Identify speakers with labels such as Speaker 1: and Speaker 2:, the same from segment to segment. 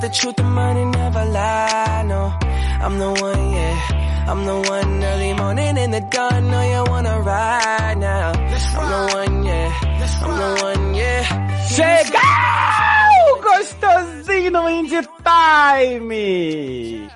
Speaker 1: the truth, the money never lie. No, I'm the one, yeah. I'm the one early morning in the dawn. No, you wanna ride now. I'm the one, yeah. I'm the one, yeah.
Speaker 2: Chega! Gostosinho no Indie Time!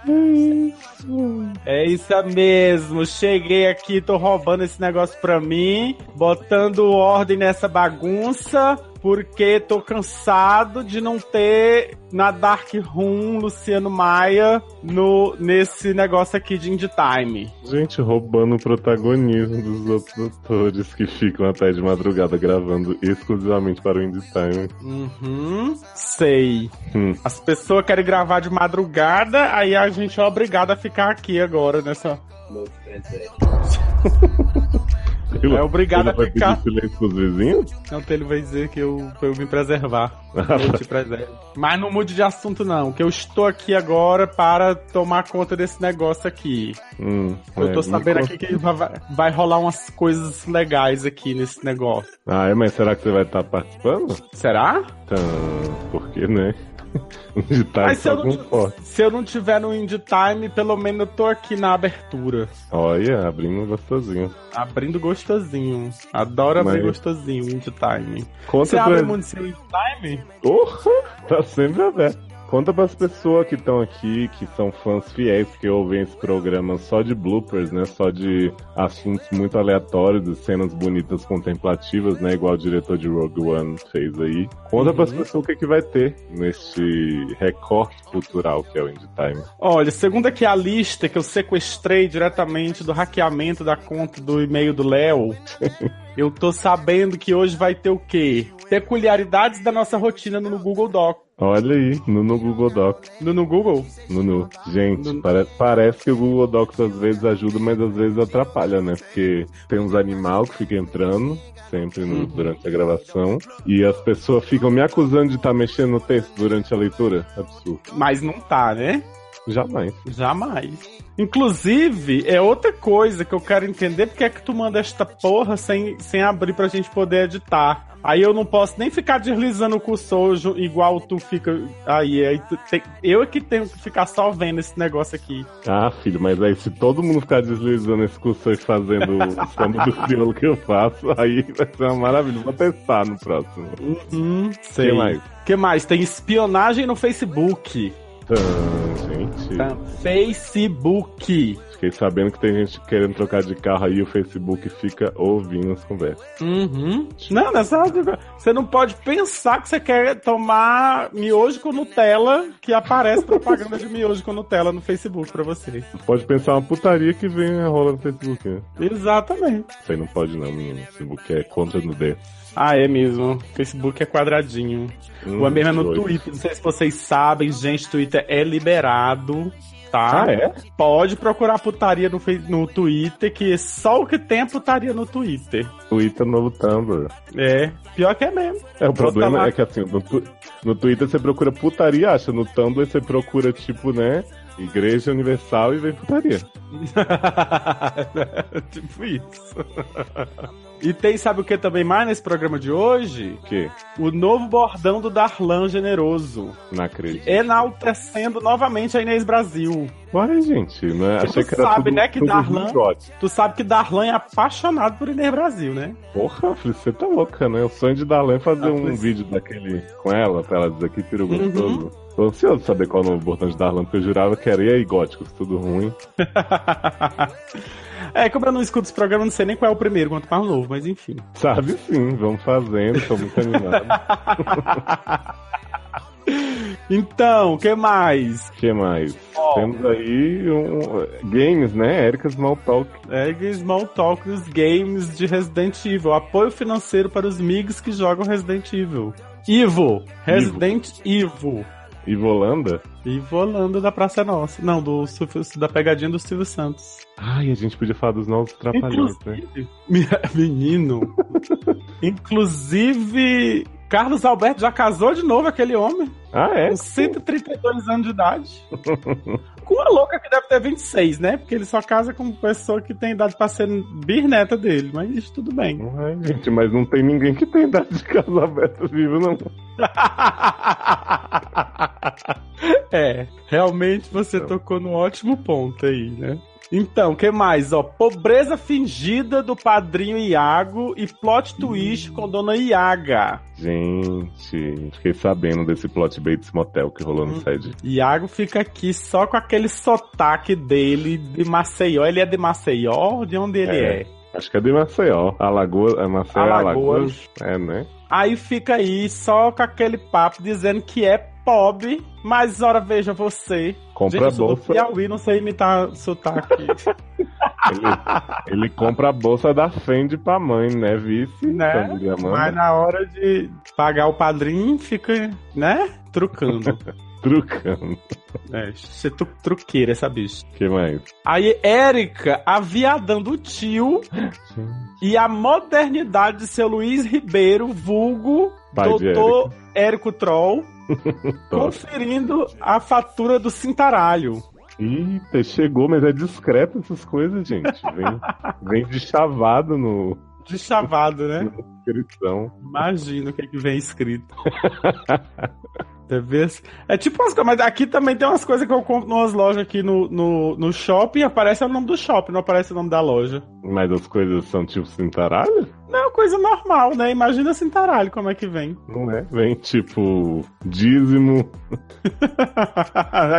Speaker 2: É isso mesmo, cheguei aqui, tô roubando esse negócio pra mim, botando ordem nessa bagunça, porque tô cansado de não ter na Dark Room Luciano Maia no, nesse negócio aqui de Indie Time.
Speaker 3: Gente roubando o protagonismo dos outros atores que ficam até de madrugada gravando exclusivamente para o Indie Time.
Speaker 2: Uhum, sei.
Speaker 3: Hum.
Speaker 2: As pessoas querem gravar de madrugada, aí a gente é obrigado a ficar aqui agora nessa.
Speaker 3: Ele-
Speaker 2: É obrigado
Speaker 3: ele
Speaker 2: a
Speaker 3: vai
Speaker 2: ficar.
Speaker 3: pedir silêncio pros vizinhos?
Speaker 2: Não, o Telo vai dizer que eu, pra eu me preservar. Eu te preservo. Mas não mude de assunto, não, que eu estou aqui agora para tomar conta desse negócio aqui.
Speaker 3: Hum,
Speaker 2: Eu
Speaker 3: é,
Speaker 2: tô
Speaker 3: não
Speaker 2: sabendo
Speaker 3: consigo.
Speaker 2: aqui que vai, vai rolar umas coisas legais aqui nesse negócio.
Speaker 3: Ah, é, mas será que você vai estar participando?
Speaker 2: Será?
Speaker 3: Então, por que, né? Indie Time
Speaker 2: Mas se
Speaker 3: só
Speaker 2: eu,
Speaker 3: com
Speaker 2: não,
Speaker 3: forte.
Speaker 2: se eu não tiver no Indie Time, pelo menos eu tô aqui na abertura.
Speaker 3: Olha, abrindo gostosinho.
Speaker 2: Abrindo gostosinho. Adoro abrir
Speaker 3: Mas-
Speaker 2: gostosinho Indie Time.
Speaker 3: Conta
Speaker 2: Você
Speaker 3: pra-
Speaker 2: abre muito seu Indie Time?
Speaker 3: Porra, tá sempre aberto. Conta pras pessoas que estão aqui, que são fãs fiéis, que ouvem esse programa só de bloopers, né? Só de assuntos muito aleatórios, de cenas bonitas contemplativas, né? Igual o diretor de Rogue One fez aí. Conta
Speaker 2: Uhum.
Speaker 3: pras pessoas o que, que vai ter neste recorte cultural que é o Indie Time.
Speaker 2: Olha, segundo aqui a lista que eu sequestrei diretamente do hackeamento da conta do e-mail do Léo, eu tô sabendo que hoje vai ter o quê? Peculiaridades da nossa rotina no Google Doc.
Speaker 3: Olha aí, no, no Google Doc.
Speaker 2: No, no Google?
Speaker 3: Nunu. Gente,
Speaker 2: Nunu.
Speaker 3: pare- parece que o Google Docs às vezes ajuda, mas às vezes atrapalha, né? Porque tem uns animal que fica entrando sempre no-
Speaker 2: Uhum.
Speaker 3: durante a gravação e as pessoas ficam me acusando de estar mexendo no texto durante a leitura. Absurdo.
Speaker 2: Mas não tá, né?
Speaker 3: Jamais.
Speaker 2: Jamais. Inclusive, é outra coisa que eu quero entender porque é que tu manda esta porra sem, sem abrir pra gente poder editar. Aí eu não posso nem ficar deslizando o cursor ju- igual tu fica. Aí, aí tu tem- eu é que tenho que ficar só vendo esse negócio aqui.
Speaker 3: Ah, filho, mas aí se todo mundo ficar deslizando esse cursor e fazendo o samba do crioulo que eu faço, aí vai ser uma maravilha. Vou testar no próximo.
Speaker 2: Uhum, sei.
Speaker 3: Tem mais?
Speaker 2: que mais? Tem espionagem no Facebook.
Speaker 3: Tã, gente.
Speaker 2: Tá? Facebook.
Speaker 3: Fiquei sabendo que tem gente querendo trocar de carro aí e o Facebook fica ouvindo as conversas.
Speaker 2: Uhum. Não, nessa você não pode pensar que você quer tomar miojo com Nutella, que aparece propaganda de miojo com Nutella no Facebook pra você.
Speaker 3: Pode pensar uma putaria que vem né, rola no Facebook, né?
Speaker 2: Exatamente.
Speaker 3: Isso aí não pode não, menino. Facebook é contra no D.
Speaker 2: Ah, é mesmo. Facebook é quadradinho.
Speaker 3: Hum,
Speaker 2: O mesmo é no
Speaker 3: doido.
Speaker 2: Twitter. Não sei se vocês sabem, gente, Twitter é liberado. Tá?
Speaker 3: Ah, é?
Speaker 2: Pode procurar putaria no, Face- no Twitter, que só o que tem é putaria no Twitter.
Speaker 3: Twitter é o novo Tumblr.
Speaker 2: É. Pior que é mesmo.
Speaker 3: É, o
Speaker 2: Botar lá.
Speaker 3: problema é que assim, no, tu- no Twitter você procura putaria, acha. No Tumblr você procura, tipo, né? Igreja Universal e vem putaria.
Speaker 2: tipo isso. E tem, sabe o que também mais nesse programa de hoje?
Speaker 3: O quê?
Speaker 2: O novo bordão do Darlan Generoso.
Speaker 3: Não acredito.
Speaker 2: É. Enaltecendo novamente a Inês Brasil.
Speaker 3: Uai, gente, né?
Speaker 2: Porque
Speaker 3: Achei
Speaker 2: tu
Speaker 3: que era
Speaker 2: sabe,
Speaker 3: tudo,
Speaker 2: né, que
Speaker 3: tudo um
Speaker 2: Darlan-
Speaker 3: lindote.
Speaker 2: Tu sabe que Darlan é apaixonado por Inês Brasil, né?
Speaker 3: Porra, filho, você tá louca, né? O sonho de Darlan é fazer
Speaker 2: Ah,
Speaker 3: um
Speaker 2: pois-
Speaker 3: vídeo daquele com ela, pra ela dizer que tiro
Speaker 2: Uhum.
Speaker 3: gostoso. Tô ansioso de saber qual é o novo bordão de Darlan, porque eu jurava que era e aí, góticos, tudo ruim.
Speaker 2: é, como eu não escuto esse programa, eu não sei nem qual é o primeiro, quanto mais o novo, mas enfim.
Speaker 3: Sabe sim, vamos fazendo, tô muito animado.
Speaker 2: Então, o que mais?
Speaker 3: O que mais?
Speaker 2: Ó.
Speaker 3: Temos aí um... games, né? Erika Small Talk.
Speaker 2: É Small Talk nos games de Resident Evil. Apoio financeiro para os MIGs que jogam Resident Evil. Ivo. Resident Evil.
Speaker 3: E Volanda?
Speaker 2: Ivo Holanda da Praça é Nossa. Não, do Silvio- da pegadinha do Silvio Santos.
Speaker 3: Ai, a gente podia falar dos novos trapalhões, né?
Speaker 2: Inclusive, me- menino. inclusive, Carlos Alberto já casou de novo aquele homem.
Speaker 3: Ah, é?
Speaker 2: Com 132 anos de idade. com uma louca que deve ter 26, né? Porque ele só casa com pessoa que tem idade pra ser birneta dele, mas tudo bem.
Speaker 3: Ai, gente, mas não tem ninguém que tem idade de casa aberta vivo, não.
Speaker 2: é, realmente você então. tocou num ótimo ponto aí, né? Então, que mais? Ó, pobreza fingida do padrinho Iago e plot twist hum. com dona Iaga.
Speaker 3: Gente, fiquei sabendo desse plot Bates Motel que rolou
Speaker 2: Uhum.
Speaker 3: no hum. sede.
Speaker 2: Iago fica aqui só com aquele sotaque dele de Maceió. Ele é de Maceió? De onde ele é? é?
Speaker 3: Acho que é de Maceió. Alagoas, é Maceió, Alagoas. Alagoas. É, né?
Speaker 2: Aí fica aí só com aquele papo dizendo que é pobre, mas ora veja você.
Speaker 3: Compra Gente, a bolsa.
Speaker 2: Piauí, não sei imitar sotaque.
Speaker 3: ele, ele compra a bolsa da Fendi pra mãe, né, vice?
Speaker 2: Né? Mas na hora de pagar o padrinho, fica, né? Trucando.
Speaker 3: trucando.
Speaker 2: É, você tru truqueira essa bicha.
Speaker 3: Que mais?
Speaker 2: Aí, Érica aviadando o tio e a modernidade de seu Luiz Ribeiro, vulgo Pai doutor Érico Troll, conferindo a fatura do cintaralho.
Speaker 3: Eita, chegou, mas é discreto essas coisas, gente. Vem, vem de chavado no,
Speaker 2: de chavado, né?
Speaker 3: Inscrição.
Speaker 2: Imagina o que, é que vem escrito. Deve é tipo umas coisas, mas aqui também tem umas coisas que eu compro nas lojas aqui no, no, no shopping, aparece o nome do shopping, não aparece o nome da loja.
Speaker 3: Mas as coisas são tipo cintaralho?
Speaker 2: Não, é coisa normal, né? Imagina cintaralho como é que vem.
Speaker 3: Não é? Vem tipo dízimo.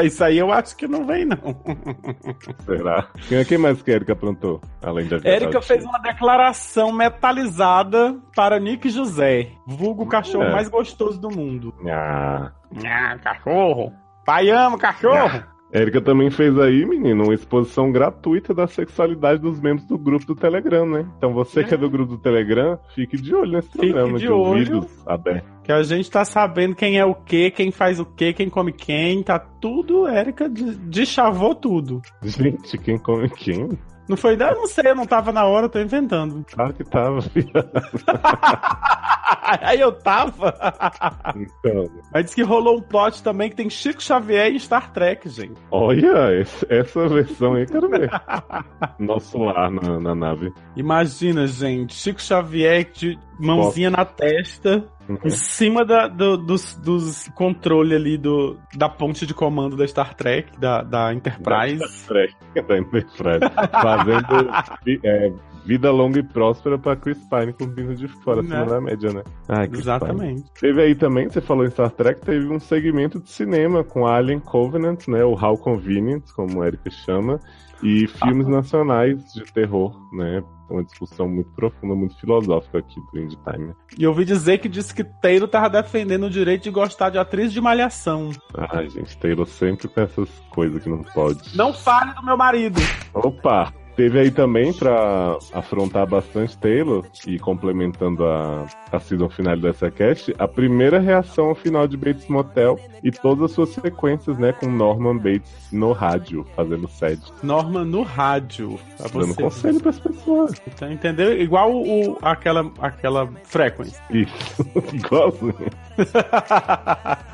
Speaker 2: Isso aí eu acho que não vem, não.
Speaker 3: Será? Quem, é, quem mais que a Erika aprontou? Além da
Speaker 2: Erika fez um- uma declaração metalizada para Nick José, vulgo cachorro é. mais gostoso do mundo.
Speaker 3: Ah.
Speaker 2: Ah, cachorro. Pai ama cachorro. Ah.
Speaker 3: Érica também fez aí, menino, uma exposição gratuita da sexualidade dos membros do grupo do Telegram, né? Então você é. que é do grupo do Telegram, fique de olho nesse fique programa de, de olho. ouvidos abertos.
Speaker 2: Que a gente tá sabendo quem é o que, quem faz o que, quem come quem, tá tudo, Érica deschavou tudo.
Speaker 3: Gente, quem come quem?
Speaker 2: Não foi ideia? Não sei, eu não tava na hora, eu tô inventando.
Speaker 3: Claro que tá tava, filha.
Speaker 2: Aí eu tava. Então. Mas disse que rolou um plot também que tem Chico Xavier em Star Trek, gente.
Speaker 3: Olha, esse, essa versão aí, quero ver. Nosso lar na, na, nave.
Speaker 2: Imagina, gente, Chico Xavier de mãozinha Poxa. na testa. Uhum. Em cima da, do, dos, dos controles ali do, da ponte de comando da Star Trek, da, da Enterprise. Da
Speaker 3: Star Trek, da Enterprise. Fazendo é, vida longa e próspera pra Chris Pine com vindo de fora, né? acima da média, né?
Speaker 2: Ah, Exatamente. Pine.
Speaker 3: Teve aí também, você falou em Star Trek, teve um segmento de cinema com Alien Covenant, né? O How Convenient, como o Erika chama, e filmes ah. nacionais de terror, né? uma discussão muito profunda, muito filosófica aqui do Indie Time.
Speaker 2: E eu ouvi dizer que disse que Taylor tava defendendo o direito de gostar de atriz de malhação.
Speaker 3: Ai, gente, Taylor sempre com essas coisas que não pode.
Speaker 2: Não fale do meu marido!
Speaker 3: Opa! Teve aí também para afrontar bastante Taylor e complementando a, a season final dessa cast, a primeira reação ao final de Bates Motel e todas as suas sequências, né, com Norman Bates no rádio, fazendo sede.
Speaker 2: Norman no rádio.
Speaker 3: Pra Dando você. conselho pras pessoas.
Speaker 2: Então, entendeu? Igual o, aquela, aquela frequência.
Speaker 3: Isso, igualzinho.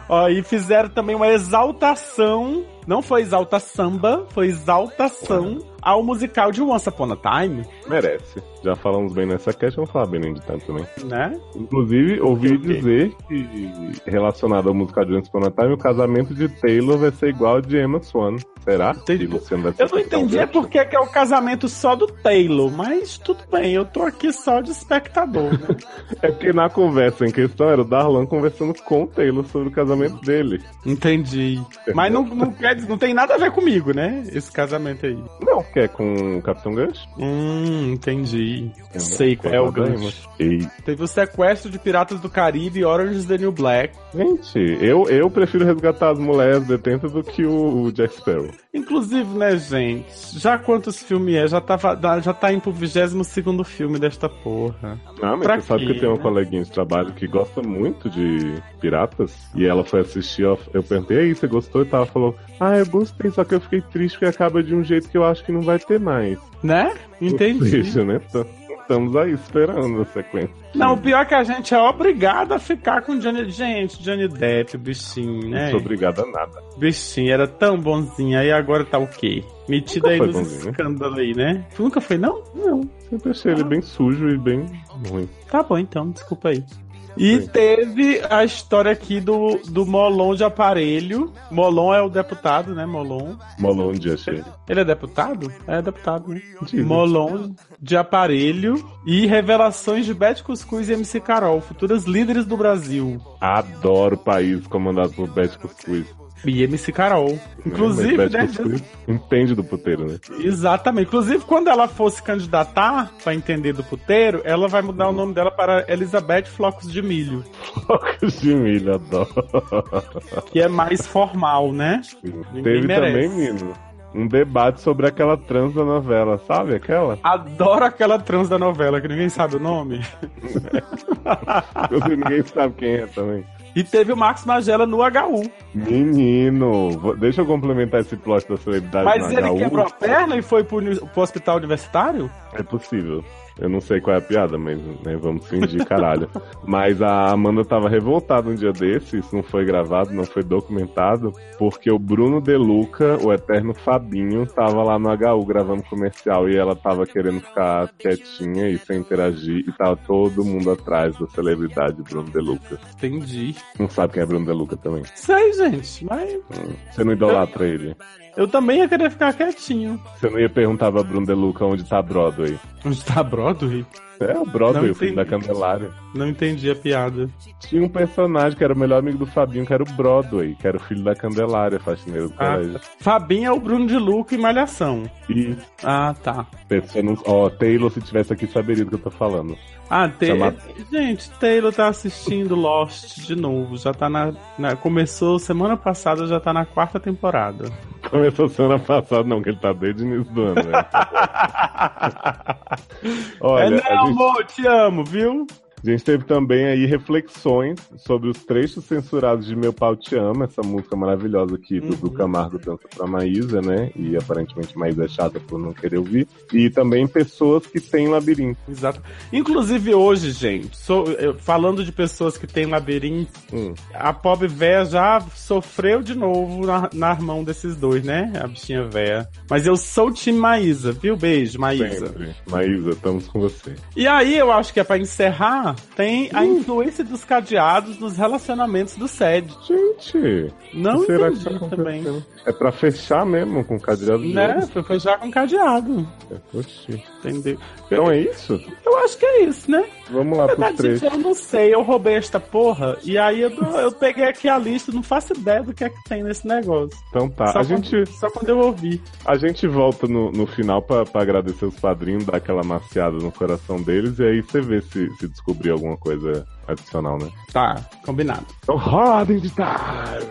Speaker 2: Ó, e fizeram também uma exaltação não foi exalta samba, foi exaltação ao musical de Once Upon a Time.
Speaker 3: Merece. Já falamos bem nessa cast, vamos falar bem no Inditando também.
Speaker 2: Né?
Speaker 3: Inclusive, ouvi dizer que, relacionado ao musical de Once Upon a Time, o casamento de Taylor vai ser igual ao de Emma Swan. Será?
Speaker 2: Entendi. Você não vai eu não entendi é porque é o casamento só do Taylor, mas tudo bem, eu tô aqui só de espectador. Né?
Speaker 3: é porque na conversa em questão era o Darlan conversando com o Taylor sobre o casamento dele.
Speaker 2: Entendi. Mas não, não quer não tem nada a ver comigo, né? Esse casamento aí.
Speaker 3: Não, que é com o Capitão Gancho?
Speaker 2: Hum, entendi. Eu Sei qual é o gancho. gancho. Teve o sequestro de Piratas do Caribe e Orange is the New Black.
Speaker 3: Gente, eu, eu prefiro resgatar as mulheres detentas do que o, o Jack Sparrow.
Speaker 2: Inclusive, né, gente? Já quantos filmes é? Já, tava, já tá indo pro 22 filme desta porra.
Speaker 3: Ah, mas pra você quê, sabe que né? tem uma coleguinha de trabalho que gosta muito de piratas. E ela foi assistir, eu perguntei, e aí, você gostou? E tal, ela falou, ah, eu gostei, só que eu fiquei triste porque acaba de um jeito que eu acho que não vai ter mais.
Speaker 2: Né? Entendi.
Speaker 3: Triste, né? Estamos aí esperando a sequência.
Speaker 2: Não, o pior é que a gente é obrigado a ficar com Johnny. Gente, Johnny Depp, bichinho, né?
Speaker 3: Não sou obrigado a nada.
Speaker 2: Bichinho, era tão bonzinho, aí agora tá o quê? Metido Nunca aí nos bonzinho, escândalos né? aí, né? Tu nunca foi, não?
Speaker 3: Não, sempre achei ah. ele bem sujo e bem ruim.
Speaker 2: Tá bom, então, desculpa aí. E teve a história aqui do, do Molon de aparelho. Molon é o deputado, né? Molon.
Speaker 3: Molon de achei.
Speaker 2: Ele é deputado? É deputado, né? Molon de aparelho e revelações de Beth Cuscuz e MC Carol, futuras líderes do Brasil.
Speaker 3: Adoro país comandado por Beth Cuscuz.
Speaker 2: E MC Carol. Inclusive,
Speaker 3: Mas
Speaker 2: né?
Speaker 3: Beth Cuscuz Entende do puteiro, né?
Speaker 2: Exatamente. Inclusive, quando ela for se candidatar pra entender do puteiro, ela vai mudar o nome dela para Elizabeth Flocos de Milho,
Speaker 3: Focos de milho, adoro.
Speaker 2: que é mais formal, né? Ninguém
Speaker 3: Teve
Speaker 2: merece.
Speaker 3: também, menino, um debate sobre aquela trans da novela, sabe aquela?
Speaker 2: Adoro aquela trans da novela, que ninguém sabe o nome.
Speaker 3: Ninguém sabe quem é também.
Speaker 2: E teve o Max Magela no HU.
Speaker 3: Menino, vo- deixa eu complementar esse plot da celebridade
Speaker 2: Mas
Speaker 3: na
Speaker 2: ele
Speaker 3: HU.
Speaker 2: quebrou a perna e foi pro, uni- pro hospital universitário?
Speaker 3: É possível. Eu não sei qual é a piada, mas né, vamos fingir caralho. mas a Amanda tava revoltada um dia desse, isso não foi gravado, não foi documentado, porque o Bruno Deluca, o eterno Fabinho, tava lá no HU gravando comercial e ela tava querendo ficar quietinha e sem interagir, e tava todo mundo atrás da celebridade Bruno Deluca.
Speaker 2: Entendi.
Speaker 3: Não sabe quem é Bruno Deluca também.
Speaker 2: Sei, gente, mas
Speaker 3: Você não idolatra ele.
Speaker 2: eu também ia querer ficar quietinho.
Speaker 3: Você não ia perguntar pra Bruno Deluca onde tá Broadway.
Speaker 2: Onde tá Broadway?
Speaker 3: É o Broadway,
Speaker 2: Não
Speaker 3: o filho da
Speaker 2: entendi.
Speaker 3: Candelária.
Speaker 2: Não entendi a piada.
Speaker 3: Tinha um personagem que era o melhor amigo do Fabinho, que era o Broadway, que era o filho da Candelária, faxineiro do
Speaker 2: Ah,
Speaker 3: colégio.
Speaker 2: Fabinho é o Bruno de Luca e Malhação.
Speaker 3: E
Speaker 2: Ah, tá.
Speaker 3: pensou nos. Ó, Taylor, se tivesse aqui, saberia do que eu tô falando.
Speaker 2: Ah, te...
Speaker 3: Chama-
Speaker 2: gente, Taylor tá assistindo Lost de novo. Já tá na, na- Começou semana passada, já tá na quarta temporada.
Speaker 3: Começou semana passada, não, que ele tá desde o início do ano, né? Olha,
Speaker 2: é, não,
Speaker 3: a, gente,
Speaker 2: amor, te amo, viu?
Speaker 3: a gente teve também aí reflexões sobre os trechos censurados de Meu Pau Te Ama, essa música maravilhosa aqui
Speaker 2: Uhum.
Speaker 3: do, do Camargo dança pra Maísa, né? E aparentemente Maísa é chata por não querer ouvir. E também pessoas que têm labirinto.
Speaker 2: Exato. Inclusive hoje, gente, sou- eu- falando de pessoas que têm labirinto,
Speaker 3: Hum.
Speaker 2: a pobre véia já sofreu de novo na, na mão desses dois, né? A bichinha véia. Mas eu sou o time Maísa, viu? Beijo, Maísa.
Speaker 3: Sempre. Maísa, estamos com você.
Speaker 2: E aí, eu acho que é pra encerrar, tem a influência dos cadeados nos relacionamentos do SED.
Speaker 3: Gente,
Speaker 2: Não
Speaker 3: o que será que
Speaker 2: entendi
Speaker 3: tá acontecendo?
Speaker 2: também.
Speaker 3: É pra fechar mesmo com o cadeado de
Speaker 2: Né?
Speaker 3: ouro.
Speaker 2: Foi fechar com cadeado.
Speaker 3: Oxi.
Speaker 2: Entendeu?
Speaker 3: Então é isso?
Speaker 2: Eu acho que é isso, né?
Speaker 3: Vamos lá
Speaker 2: Na
Speaker 3: pro
Speaker 2: verdade,
Speaker 3: trecho.
Speaker 2: gente, eu não sei, eu roubei esta porra, e aí eu, eu peguei aqui a lista, não faço ideia do que é que tem nesse negócio.
Speaker 3: Então tá,
Speaker 2: só,
Speaker 3: a
Speaker 2: quando,
Speaker 3: gente,
Speaker 2: só quando eu ouvi.
Speaker 3: a gente volta no, no final pra, pra agradecer os padrinhos, dar aquela maciada no coração deles e aí você vê se, se descobrir alguma coisa adicional, né?
Speaker 2: Tá, combinado.
Speaker 3: Então rodem de tarde!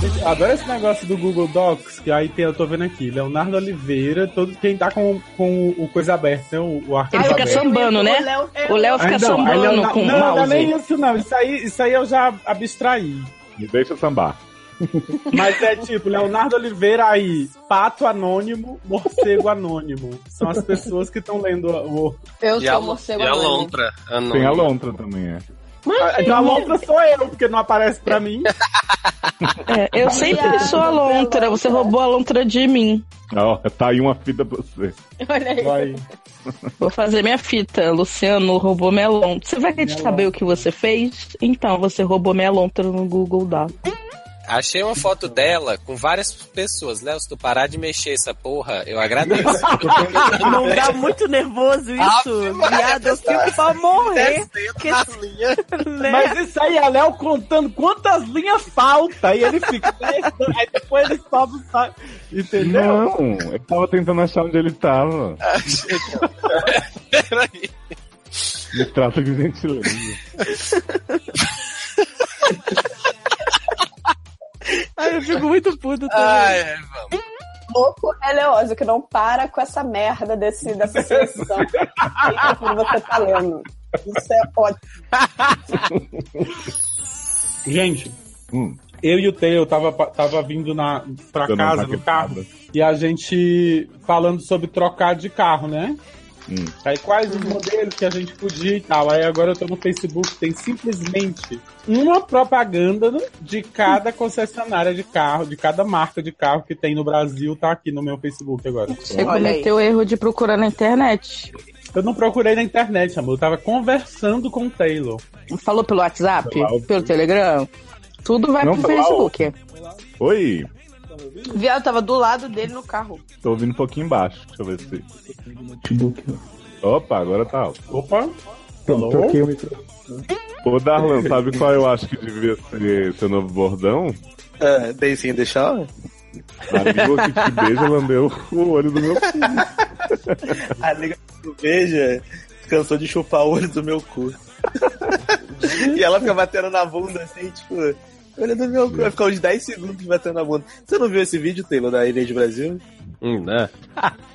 Speaker 2: Gente, Adoro esse negócio do Google Docs, que aí tem, eu tô vendo aqui, Leonardo Oliveira, todo quem tá com, com o coisa aberta, né? O, o arquivo
Speaker 4: Ele fica
Speaker 2: aberto.
Speaker 4: sambando, né? O Léo fica
Speaker 2: Ah, não, aí
Speaker 4: sambando
Speaker 2: Leonardo-
Speaker 4: com o
Speaker 2: não, não é
Speaker 4: mouse.
Speaker 2: nem isso não, isso aí, isso aí eu já abstraí.
Speaker 3: Me deixa sambar.
Speaker 2: Mas é tipo, Leonardo Oliveira aí, pato anônimo, morcego anônimo. São as pessoas que estão lendo o.
Speaker 5: Eu
Speaker 6: E a,
Speaker 5: sou
Speaker 6: Lo-
Speaker 5: morcego
Speaker 6: e a
Speaker 5: anônimo.
Speaker 6: lontra. anônima.
Speaker 3: Tem a lontra também, é.
Speaker 2: Então a lontra sou eu, porque não aparece pra mim.
Speaker 4: É, eu sempre sou a lontra, você roubou a lontra de mim.
Speaker 3: Ó, tá aí uma fita pra você.
Speaker 5: Olha aí.
Speaker 2: Vai.
Speaker 4: Vou fazer minha fita. Luciano roubou minha lontra. Você vai querer
Speaker 2: Minha
Speaker 4: saber o que você fez? Então, você roubou minha lontra no Google Docs.
Speaker 6: Achei uma foto dela com várias pessoas. Léo, se tu parar de mexer essa porra, eu agradeço.
Speaker 7: Não
Speaker 2: Ah,
Speaker 7: dá muito nervoso
Speaker 6: Ave
Speaker 7: isso? Viado, eu fico pra morrer. Que né?
Speaker 2: Mas isso aí é Léo contando quantas linhas falta. E ele fica. aí depois ele sobe sabe? Entendeu?
Speaker 3: Não, eu tava tentando achar onde ele tava.
Speaker 6: Peraí.
Speaker 3: Me trata de gentileza.
Speaker 7: Ai, eu fico muito puto também.
Speaker 6: Ai, ai, vamos.
Speaker 5: Louco é Leózio, que não para com essa merda desse, dessa seleção. Quando você tá lendo. Isso é ótimo.
Speaker 2: Gente,
Speaker 3: Hum.
Speaker 2: eu e o Taylor tava, tava vindo na, pra
Speaker 3: Dando um
Speaker 2: casa
Speaker 3: uma
Speaker 2: do
Speaker 3: raquetada.
Speaker 2: carro e a gente falando sobre trocar de carro, né?
Speaker 3: Hum.
Speaker 2: Aí quais os modelos que a gente podia e tal. Aí agora eu tô no Facebook, tem simplesmente uma propaganda no- de cada concessionária de carro, de cada marca de carro que tem no Brasil, tá aqui no meu Facebook agora.
Speaker 4: Você
Speaker 7: Olha
Speaker 4: cometeu o erro de procurar na internet.
Speaker 2: Eu não procurei na internet, amor. Eu tava conversando com o Taylor.
Speaker 4: Falou pelo WhatsApp,
Speaker 3: Pelo
Speaker 4: pelo Telegram. Tudo vai
Speaker 3: Não,
Speaker 4: pro
Speaker 3: pelo
Speaker 4: Facebook.
Speaker 3: Oi,
Speaker 7: Viado, tava do lado dele no carro.
Speaker 3: tô ouvindo um pouquinho baixo, deixa eu ver se... Opa, agora tá alto.
Speaker 2: Opa!
Speaker 8: Pronto,
Speaker 2: Alô?
Speaker 3: um
Speaker 8: troquei o micro.
Speaker 3: Ô, Darlan, sabe qual eu acho que devia ser seu novo bordão?
Speaker 9: Ah, Deizinho de chove?
Speaker 3: A língua que te beija lambeu o olho do meu cu.
Speaker 9: A nega que tu beija cansou de chupar o olho do meu cu. e ela fica batendo na bunda assim, tipo, olho do meu cu. Vai ficar uns 10 segundos batendo na bunda. Você não viu esse vídeo, Taylor, da Inês Brasil?
Speaker 10: Hum, né?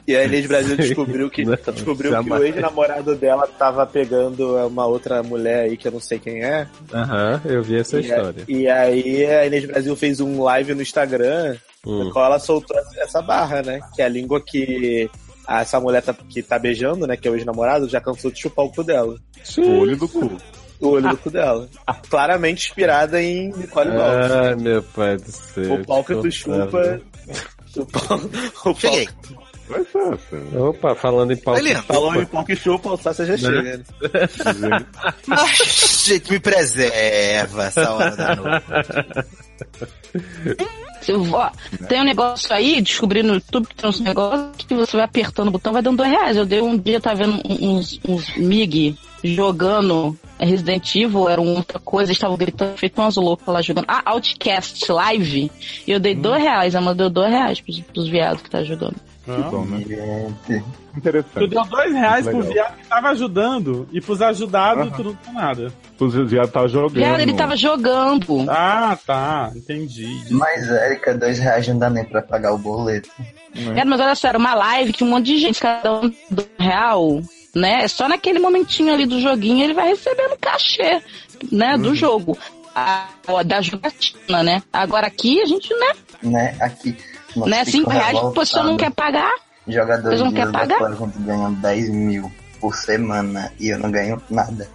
Speaker 9: E a Inês Brasil descobriu que,
Speaker 10: Não,
Speaker 9: descobriu que o
Speaker 10: jamais.
Speaker 9: ex-namorado dela tava pegando uma outra mulher aí que eu não sei quem é.
Speaker 10: Aham, eu vi essa é
Speaker 9: E a-
Speaker 10: história.
Speaker 9: E aí a Inês Brasil fez um live no Instagram
Speaker 10: Hum.
Speaker 9: no qual Então ela soltou essa barra, né? Que é a língua que a- essa mulher tá- que tá beijando, né? Que é o ex-namorado, já cansou de chupar o cu dela.
Speaker 3: O olho do cu.
Speaker 9: O olho do cu dela. Claramente inspirada em Nicole Balls.
Speaker 10: Ai, meu pai do céu.
Speaker 9: o pau que tu
Speaker 10: Coitado.
Speaker 9: chupa. O pau, o pau
Speaker 11: Cheguei.
Speaker 3: Vai ser assim.
Speaker 10: Opa, falando em pau.
Speaker 11: Oi,
Speaker 10: que
Speaker 11: lindo.
Speaker 9: Falou em pau que chupa, o Sácia já chega. né?
Speaker 11: Ai, gente, me preserva essa hora da noite.
Speaker 4: Eu vou- ó, Tem um negócio aí, descobri no YouTube que tem uns negócios que você vai apertando o botão, vai dando dois reais. Eu dei um dia, tá vendo um- uns, uns MIG jogando Resident Evil, era uma outra coisa, eles estavam gritando, feito umas loucas lá jogando. Ah, Outcast Live. E eu dei dois reais, ela mandou dois reais pros, pros viados que tá jogando.
Speaker 3: Bom, né? Interessante.
Speaker 2: Ah. Tu deu dois reais pro
Speaker 3: Legal.
Speaker 2: viado que tava ajudando. E pros ajudados,
Speaker 3: Aham.
Speaker 2: tu não deu nada.
Speaker 3: O já tá jogando.
Speaker 4: Viado, ele tava jogando.
Speaker 2: Ah, tá. Entendi.
Speaker 12: Mas, Érica, dois reais não dá nem pra pagar o boleto.
Speaker 4: Cara, mas olha só, era uma live que um monte de gente, cada um do real, né? Só naquele momentinho ali do joguinho ele vai recebendo cachê, né? Do jogo. A- a- da jogatina, né? Agora aqui a gente, né?
Speaker 12: Né? Aqui. Nossa,
Speaker 4: né?
Speaker 12: fico
Speaker 4: Cinco reais que a pessoa não
Speaker 12: revoltado.
Speaker 4: quer pagar. Vocês
Speaker 12: Jogadores
Speaker 4: não
Speaker 12: de
Speaker 4: quer
Speaker 12: Liga
Speaker 4: pagar?
Speaker 12: Fora, por exemplo, ganham 10 mil por semana e eu não ganho nada.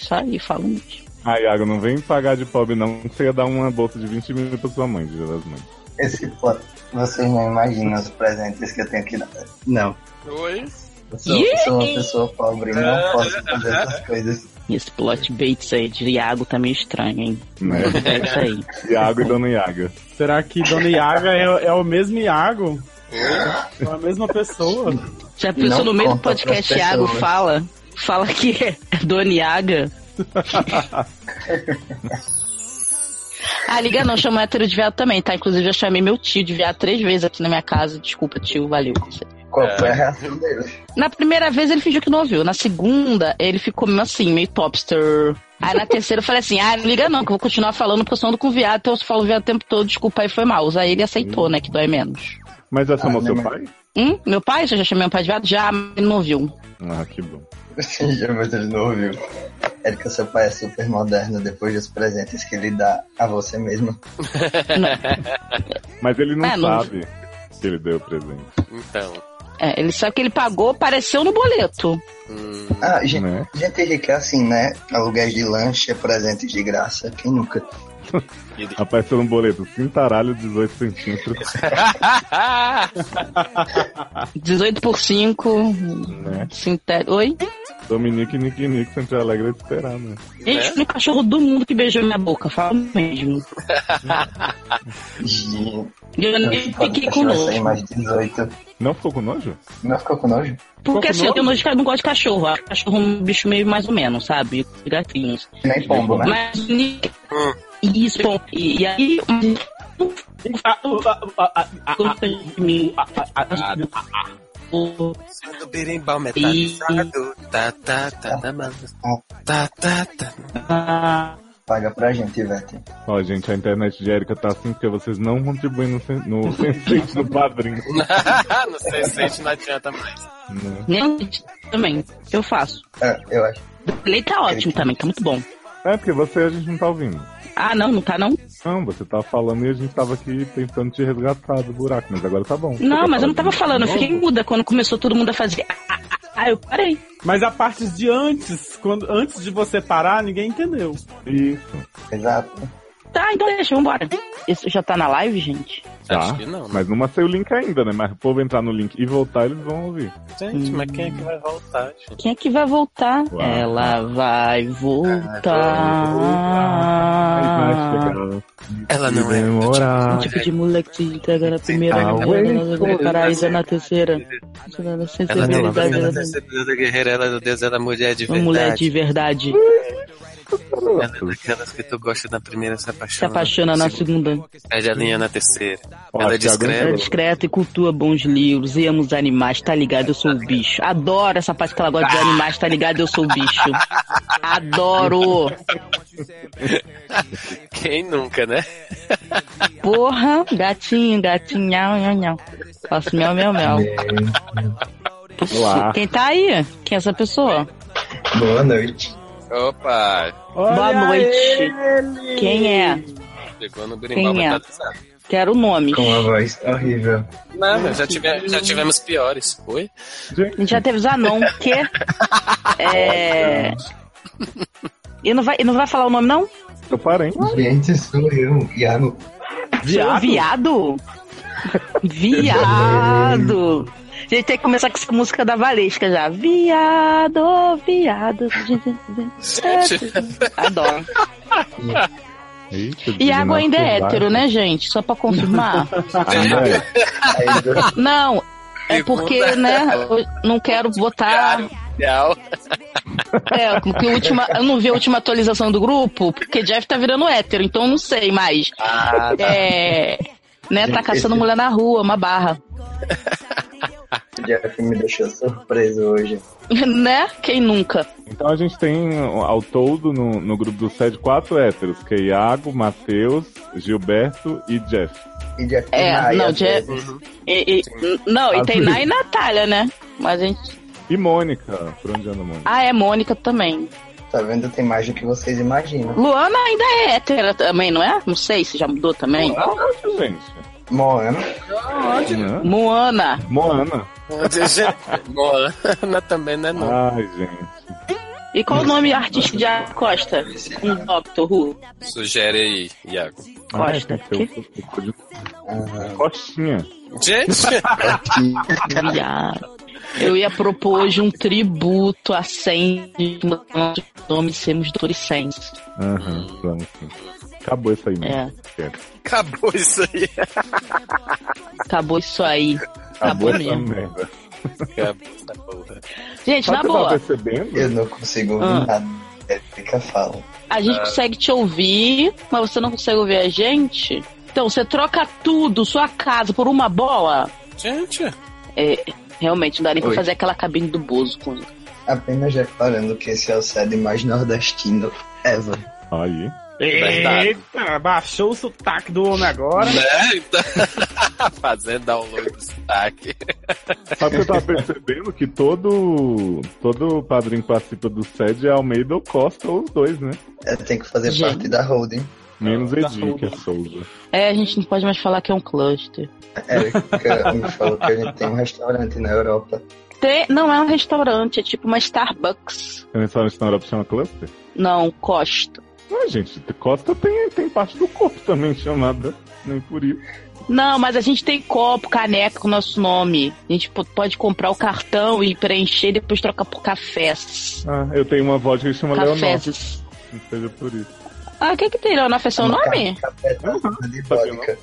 Speaker 4: Isso aí, falando.
Speaker 3: Ah, Iago, não vem pagar de pobre não, que você ia dar uma bolsa de 20 mil pra sua mãe, de Dia das Mães.
Speaker 12: Esse pô, vocês não imaginam os presentes que eu tenho que dar. Não.
Speaker 6: Oi?
Speaker 12: Eu sou, eu sou uma pessoa pobre, eu não posso fazer essas coisas.
Speaker 4: Esse plot baits aí de Iago tá meio estranho, hein?
Speaker 3: Né?
Speaker 4: É isso aí.
Speaker 3: Iago e Dona Iaga.
Speaker 2: Será que Dona Iaga é, é o mesmo Iago? É a mesma pessoa?
Speaker 4: Se a pessoa
Speaker 12: Não
Speaker 4: no meio do
Speaker 12: conta pras
Speaker 4: podcast Iago
Speaker 12: pessoas.
Speaker 4: fala, fala que é Dona Iaga. ah, liga não, chama hétero de viado também, tá? Inclusive já chamei meu tio de viado três vezes aqui na minha casa. Desculpa, tio, valeu.
Speaker 12: Qual foi a reação dele?
Speaker 4: Na primeira vez ele fingiu que não ouviu. Na segunda, ele ficou meio assim, meio topster. Aí na terceira eu falei assim, ah, não liga não, que eu vou continuar falando porque eu sou ando com viado, então eu falo viado o tempo todo, desculpa, aí foi mal. Aí ele aceitou, né, que dói menos.
Speaker 3: Mas já chamou
Speaker 12: Ah,
Speaker 3: seu
Speaker 12: né,
Speaker 3: pai?
Speaker 4: Hum? Meu pai, você já chamei meu pai de viado? Já, mas ele não ouviu.
Speaker 3: Ah, que bom.
Speaker 12: Já vocês não ouviu. Érica, seu pai é super moderno depois dos presentes que ele dá a você mesmo.
Speaker 3: Mas ele não
Speaker 4: É, não-
Speaker 3: sabe que ele deu o presente,
Speaker 6: Então.
Speaker 4: É, ele só que ele pagou, apareceu no boleto.
Speaker 6: Hum,
Speaker 12: Ah, gente,
Speaker 3: né?
Speaker 12: gente rica é assim, né? Aluguéis de lanche, presentes de graça, quem nunca?
Speaker 3: Apareceu um boleto, cintaralho, 18 centímetros.
Speaker 4: 18 por 5,
Speaker 3: Né?
Speaker 4: sintético. Oi?
Speaker 3: Dominique, Nick, Nick, sempre alegre de esperar, né?
Speaker 4: Gente, o único cachorro do mundo que beijou minha boca, fala mesmo.
Speaker 12: Gente,
Speaker 4: E eu nem fiquei com
Speaker 12: Sem
Speaker 4: nojo.
Speaker 12: mais 18.
Speaker 3: Não ficou com nojo?
Speaker 12: Não ficou com nojo?
Speaker 4: Porque
Speaker 2: com
Speaker 4: assim, eu tenho nojo de cara, não gosto de cachorro. Acho cachorro é um bicho meio mais ou menos, sabe? Gatinhos.
Speaker 12: Nem pombo, né?
Speaker 4: Mas o Nick- isso, bom. E, e aí. Conta de mim.
Speaker 6: do berimbau metalizado. Tá, tá, tá, tá, mano. Tá, tá, tá.
Speaker 12: Paga pra gente, Ivete.
Speaker 3: Ó, gente, a internet de Erika tá assim porque vocês não contribuem no, sen- no sensate do padrinho.
Speaker 6: Não sei se a gente não adianta mais.
Speaker 3: Né?
Speaker 4: Nem também. Eu faço.
Speaker 12: É, eu acho.
Speaker 4: Ele tá ótimo também, tá muito bom.
Speaker 3: É porque você a gente não tá ouvindo.
Speaker 4: Ah, não, não tá não?
Speaker 3: Não, você tava falando e a gente tava aqui tentando te resgatar do buraco, mas agora tá bom.
Speaker 4: Não, mas eu não tava falando, eu fiquei muda quando começou todo mundo a fazer. Ah, ah, ah, ah, eu parei.
Speaker 2: Mas a parte de antes, quando, antes de você parar, ninguém entendeu.
Speaker 3: Isso.
Speaker 12: é Exato.
Speaker 4: Tá, então deixa, vambora. Isso já tá na live, gente?
Speaker 3: Tá?
Speaker 6: Acho que não, né?
Speaker 3: Mas não matei o link ainda, né? Mas o povo entrar no link e voltar, eles vão ouvir.
Speaker 6: Gente, mas quem é que vai voltar, gente?
Speaker 4: Quem é que vai voltar?
Speaker 3: Uau.
Speaker 4: Ela vai
Speaker 3: É né? Aí vai
Speaker 4: voltar.
Speaker 3: chegar.
Speaker 6: Ela não é.
Speaker 4: Um
Speaker 3: Demorar.
Speaker 4: tipo de moleque que se entrega na primeira, ela vai paraíso é na terceira. Ela é sem
Speaker 6: Ela tem
Speaker 4: sensibilidade,
Speaker 6: ela
Speaker 4: ela
Speaker 6: tem certeza guerreira, ela é Deus, ela é mulher de
Speaker 4: uma
Speaker 6: verdade.
Speaker 4: mulher de verdade.
Speaker 6: Ela é daquelas que tu gosta na primeira, se
Speaker 4: Se
Speaker 6: apaixona.
Speaker 4: apaixona na segunda.
Speaker 6: Pede a linha na terceira.
Speaker 3: Ó,
Speaker 6: ela é
Speaker 3: Thiago,
Speaker 4: É
Speaker 6: discreta.
Speaker 4: discreta e cultua bons livros e ama os animais, tá ligado? Eu sou o bicho. Adoro essa parte que ela gosta de animais, tá ligado? Eu sou o bicho. Adoro!
Speaker 6: Quem nunca, né?
Speaker 4: Porra, gatinho, gatinho, nhau, nhau, nhau. Faço mel, mel, mel.
Speaker 3: Olá.
Speaker 4: Quem tá aí? Quem é essa pessoa?
Speaker 12: Boa noite.
Speaker 6: Opa!
Speaker 4: Boa
Speaker 2: Olha
Speaker 4: noite.
Speaker 2: ele!
Speaker 4: Quem é?
Speaker 6: Chegou no berimbau,
Speaker 4: Quem é?
Speaker 6: mas tá dançando.
Speaker 4: Quero o nome.
Speaker 12: Com uma voz horrível.
Speaker 6: Nada, já, tive, já tivemos piores. Oi?
Speaker 4: A gente já teve Zanon, que. É. E não vai, e não vai falar o nome, não?
Speaker 3: Seu parente.
Speaker 12: Gente, sou eu, um Iago.
Speaker 4: Sou viado? viado! A gente tem que começar com essa música da Valesca já. Viado, viado. É,
Speaker 6: Gente,
Speaker 4: Adoro.
Speaker 3: Eita,
Speaker 4: Iago
Speaker 3: desgraça,
Speaker 4: ainda é
Speaker 3: vai.
Speaker 4: hétero, né, gente? Só pra confirmar.
Speaker 3: Ah, é.
Speaker 12: Aí eu
Speaker 4: Não, é porque, né, Ah. eu não quero botar.
Speaker 6: Diário oficial.
Speaker 4: É, porque a última, eu não vi a última atualização do grupo, porque Jeff tá virando hétero, então eu não sei mais.
Speaker 6: Ah,
Speaker 4: É. Né, tá caçando mulher na rua, uma barra.
Speaker 12: já que me deixou surpreso hoje.
Speaker 4: Né? Quem nunca?
Speaker 3: Então a gente tem ao todo no, no grupo do SED quatro héteros, que é Iago, Matheus, Gilberto e Jeff.
Speaker 12: E de aqui
Speaker 4: É,
Speaker 12: Maia,
Speaker 4: não,
Speaker 12: às
Speaker 4: de-
Speaker 12: vezes.
Speaker 4: E- e- não,
Speaker 3: Ah,
Speaker 4: e tem Ná e Natália, né? Mas a gente.
Speaker 3: E Mônica. Por onde anda a Mônica?
Speaker 4: Ah, é Mônica também.
Speaker 12: Tá vendo? Tem mais do que vocês imaginam.
Speaker 4: Luana ainda é hétera também, não é? Não sei se já mudou também.
Speaker 3: Moana, gente.
Speaker 12: Moana.
Speaker 3: Moana.
Speaker 4: Moana.
Speaker 3: Moana.
Speaker 6: Moana também, né? Não.
Speaker 3: Ai, gente.
Speaker 4: E qual o nome artístico de Iago Costa? Um Doctor Who.
Speaker 6: Ah. Sugere aí, Iago.
Speaker 4: Costa.
Speaker 3: Ai, um gente, eu- eu-
Speaker 4: Ah.
Speaker 3: eu- eu- Coxinha.
Speaker 6: Gente,
Speaker 4: Viado. Eu ia propor hoje um tributo a 100 de nosso nome sermos Doricens.
Speaker 3: Aham, vamos sim. Acabou isso aí,
Speaker 4: É.
Speaker 3: né?
Speaker 6: acabou isso aí.
Speaker 4: Acabou isso aí.
Speaker 3: Acabou
Speaker 4: Acabou,
Speaker 3: essa
Speaker 4: mesmo.
Speaker 3: merda.
Speaker 6: Acabou essa porra.
Speaker 4: Gente,
Speaker 3: Sabe o que
Speaker 4: na
Speaker 3: eu tava
Speaker 4: boa,
Speaker 3: percebendo?
Speaker 12: Eu não consigo ouvir
Speaker 4: Ah.
Speaker 12: nada. É, fica fala.
Speaker 4: a gente consegue te ouvir, mas você não consegue ouvir a gente? Então, você troca tudo, sua casa, por uma bola?
Speaker 6: Gente,
Speaker 4: É, realmente, não dá nem pra
Speaker 12: Oi.
Speaker 4: fazer aquela cabine do Bozo com ele.
Speaker 12: Apenas reparando que esse é o sede mais nordestino ever.
Speaker 3: Aí.
Speaker 6: Verdade.
Speaker 2: Eita, baixou o sotaque do homem agora.
Speaker 6: né? Então, Fazendo download do sotaque.
Speaker 3: Sabe o que eu tava percebendo? Que todo, todo padrinho que participa do SED é Almeida ou Costa, ou os dois, né?
Speaker 12: É, tem que fazer
Speaker 4: Gente.
Speaker 12: parte da holding.
Speaker 3: Menos
Speaker 2: Tá
Speaker 3: Edir, que é Souza.
Speaker 4: É, a gente não pode mais falar que é um cluster.
Speaker 12: Érica me falou que a gente tem um restaurante na Europa.
Speaker 4: Tem- não é um restaurante, é tipo uma Starbucks.
Speaker 3: Tem um restaurante na Europa que chama Cluster?
Speaker 4: Não, Costa.
Speaker 3: Ah, gente, Costa tem, tem parte do corpo também chamada. Nem por isso.
Speaker 4: Não, mas a gente tem copo, caneca com o nosso nome. A gente po- pode comprar o cartão e preencher e depois trocar por cafés.
Speaker 3: Ah, eu tenho uma vodka que chama Leonor.
Speaker 4: Cafés.
Speaker 3: Não seja por isso.
Speaker 4: Ah, o que que tem, Leonor? É seu
Speaker 12: Uma
Speaker 4: nome?
Speaker 12: ca- café de vodka.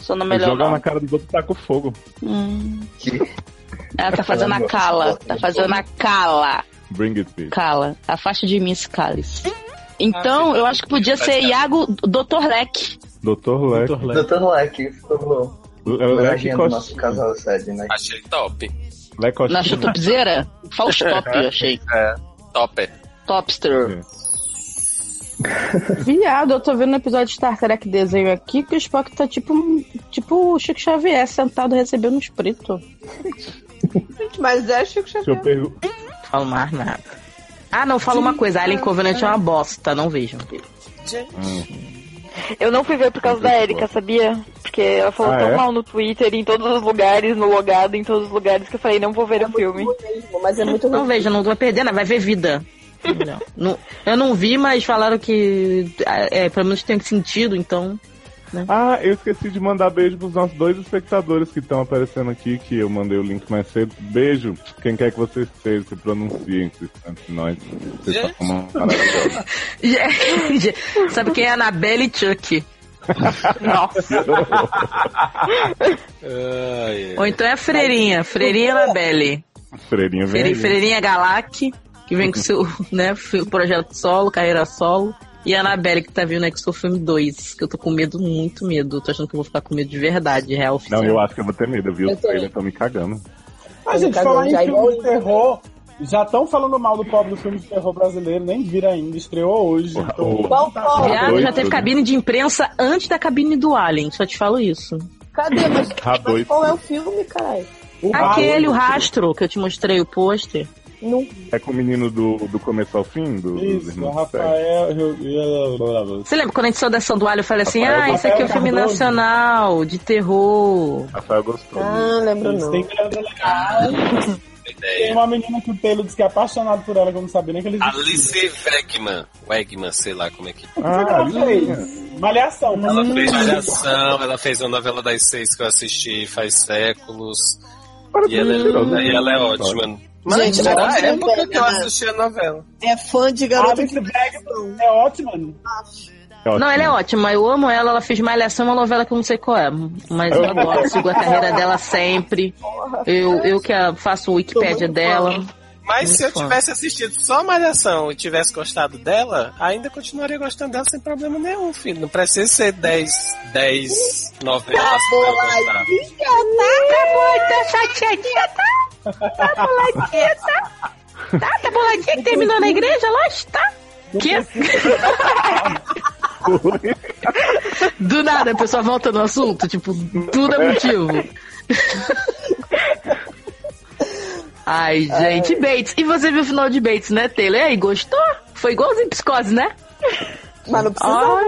Speaker 4: Seu nome é
Speaker 3: Melhor joga
Speaker 4: Leonor.
Speaker 3: na cara do outro tá com fogo.
Speaker 4: Hum.
Speaker 12: Que
Speaker 4: Ela tá fazendo a cala. Tá fazendo a cala.
Speaker 3: Bring it, bitch.
Speaker 4: Cala. Afasta de mim esse cálice. Então, eu acho que podia ser Iago Dr. Leck.
Speaker 3: Doutor É, Leque.
Speaker 2: Doutor Leque.
Speaker 12: Doutor Leque, por favor.
Speaker 3: Leque
Speaker 12: Homenagem do nosso
Speaker 3: Coxinha.
Speaker 12: casal sede, né?
Speaker 6: Achei top.
Speaker 3: Leque
Speaker 4: Na
Speaker 3: Coxinha.
Speaker 4: chutopzeira? False top, eu achei.
Speaker 6: Topper.
Speaker 4: Topster.
Speaker 7: Viado, eu tô vendo um episódio de Star Trek desenho aqui que o Spock tá tipo, um- tipo o Chico Xavier sentado recebendo um esprito.
Speaker 5: Gente, mas é Chico
Speaker 3: Deixa eu
Speaker 5: Xavier.
Speaker 3: pergu-
Speaker 4: Falo mais nada. Ah, não, fala uma coisa. Alien Covenant é uma bosta. Não vejam.
Speaker 8: Eu não fui ver por causa da Erika, sabia? Porque ela falou
Speaker 5: Ah,
Speaker 8: tão
Speaker 5: é?
Speaker 8: mal no Twitter, em todos os lugares, no logado, em todos os lugares, que eu falei, não vou ver o filme.
Speaker 5: Mas é muito
Speaker 8: Não vejo,
Speaker 4: não vou perder, nada, vai ver vida. Não, não- eu não vi, mas falaram que ah, é, pelo menos tem sentido, então. Né?
Speaker 3: Ah, eu esqueci de mandar beijo pros nossos dois espectadores que estão aparecendo aqui, que eu mandei o link mais cedo. Beijo, quem quer que vocês sejam, se pronunciem vocês são de nós. Vocês são uma maravilhosa.
Speaker 4: Sabe quem é Anabelle e Chuck? Nossa. Ou então é a Freirinha, Freirinha Anabelle.
Speaker 3: Freirinha vem.
Speaker 4: Freire,
Speaker 3: aí.
Speaker 4: Freirinha Galac, que vem com seu né, fi- projeto solo, carreira solo. E a Anabelle, que tá vindo aqui, sou filme 2, que eu tô com medo, muito medo. Eu Tô achando que eu vou ficar com medo de verdade, real.
Speaker 3: Não, eu acho que eu vou ter medo, eu vi
Speaker 4: Eu
Speaker 3: os trailers, tô me cagando.
Speaker 2: A gente
Speaker 4: Cagão,
Speaker 2: falar em
Speaker 4: Tá já
Speaker 2: filme
Speaker 4: igual
Speaker 2: de terror. Já estão falando mal do pobre do filme de terror brasileiro, nem vira ainda, estreou hoje. Então...
Speaker 4: Qual
Speaker 2: pobre?
Speaker 4: Viado, já teve cabine de imprensa antes da cabine do Alien, só te falo isso.
Speaker 5: Cadê? Mas,
Speaker 3: Tá
Speaker 5: mas qual é o filme, caralho?
Speaker 4: Aquele, o rastro, que eu te mostrei o pôster.
Speaker 5: Não.
Speaker 3: É com o menino do, do começo ao fim? Do, dos
Speaker 2: Isso,
Speaker 3: irmãos
Speaker 2: Rafael. eu- eu-
Speaker 4: Você lembra quando a gente saiu da sanduália, eu falei assim,
Speaker 3: Rafael
Speaker 4: ah, isso
Speaker 2: Rafael
Speaker 4: aqui é um filme
Speaker 2: Cardoso.
Speaker 4: nacional, de terror.
Speaker 3: Rafael gostou.
Speaker 5: Ah, lembro
Speaker 2: Eles
Speaker 5: não.
Speaker 2: têm grana legal. Tem uma menina que o Taylor diz que é apaixonado por ela, que eu não sabia nem que ele
Speaker 6: Alice Wegman. Wegman, sei lá como é que.
Speaker 2: Ah, ela fez? Malhação.
Speaker 6: Ela fez
Speaker 2: malhação.
Speaker 6: Malhação, ela fez uma novela das seis que eu assisti faz séculos. E ela,
Speaker 9: mentirosa.
Speaker 6: é, e ela é ótima. Mas
Speaker 9: Gente,
Speaker 6: era
Speaker 9: ela
Speaker 6: a
Speaker 9: é
Speaker 6: época
Speaker 9: velha,
Speaker 6: que eu
Speaker 9: né?
Speaker 6: assistia a novela.
Speaker 9: É fã de
Speaker 2: garota que É ótima.
Speaker 4: Não, ela é ótima, eu amo ela, ela fez Malhação, uma novela que eu não sei qual é, mas eu adoro, eu sigo a carreira dela sempre, eu, eu que a- faço o Wikipédia dela.
Speaker 6: Mas
Speaker 4: Muito
Speaker 6: se eu
Speaker 4: fã.
Speaker 6: tivesse assistido só Malhação e tivesse gostado dela, ainda continuaria gostando dela sem problema nenhum, filho. Não precisa ser 10, 10 novelas pra eu gostar.
Speaker 4: Tá bom, tá chateadinha, tá? Tá boladinha, tá? Tá, tá boladinha que terminou na igreja, lógico, tá? Que? Do nada, a pessoa volta no assunto, tipo, tudo é motivo. Ai, gente, Bates. E você viu o final de Bates, né, Taylor? E aí, gostou? Foi igualzinho psicose, né?
Speaker 5: Mas não precisava.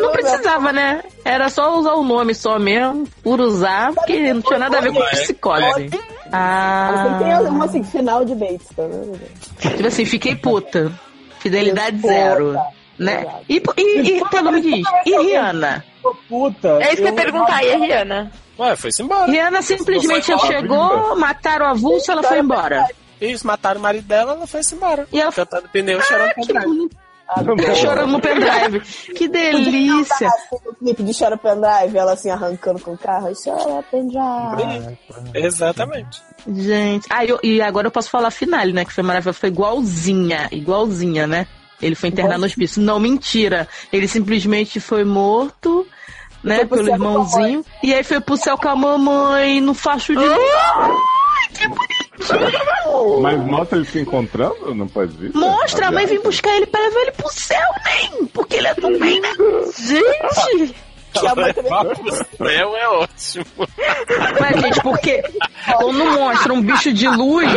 Speaker 4: não precisava, né? Era só usar o nome só mesmo, por usar, porque não tinha nada a ver com psicose. né?
Speaker 5: Assim,
Speaker 4: Ah,
Speaker 5: tem um assim, final de Bates, tá vendo?
Speaker 4: tipo assim, fiquei puta. Fidelidade zero. Né? E, e, e pelo me diz, e Rihanna?
Speaker 2: Puta.
Speaker 8: É isso que eu ia perguntar, e a Rihanna?
Speaker 6: Ué, foi-se embora.
Speaker 4: Rihanna simplesmente
Speaker 6: Não foi embora.
Speaker 4: chegou, mataram a vulsa, ela foi embora.
Speaker 6: Isso, mataram o marido dela, ela foi-se embora.
Speaker 4: E ela Ah,
Speaker 6: Cantando pneu, chorando com
Speaker 4: Chorando no pendrive. Que delícia.
Speaker 5: O clipe de Chora Pendrive, ela assim arrancando com o carro. Chora Pendrive.
Speaker 6: Exatamente.
Speaker 4: Gente, ah, eu- e agora eu posso falar a finale, né? Que foi maravilhosa, foi igualzinha, igualzinha, né? Ele foi internado no hospício. Não, mentira. Ele simplesmente foi morto, né?
Speaker 8: Foi pro
Speaker 4: Pelo
Speaker 8: céu com a
Speaker 4: irmãozinho. E aí foi pro céu com a mamãe, no facho de.
Speaker 3: Mas mostra ele se encontrando? Não faz isso?
Speaker 4: Mostra, a mãe vem buscar ele pra levar ele pro céu, nem! Porque ele é do bem. Gente!
Speaker 5: Que a mãe também-
Speaker 6: Céu é ótimo.
Speaker 4: Mas, gente, porque quando mostra um bicho de luz,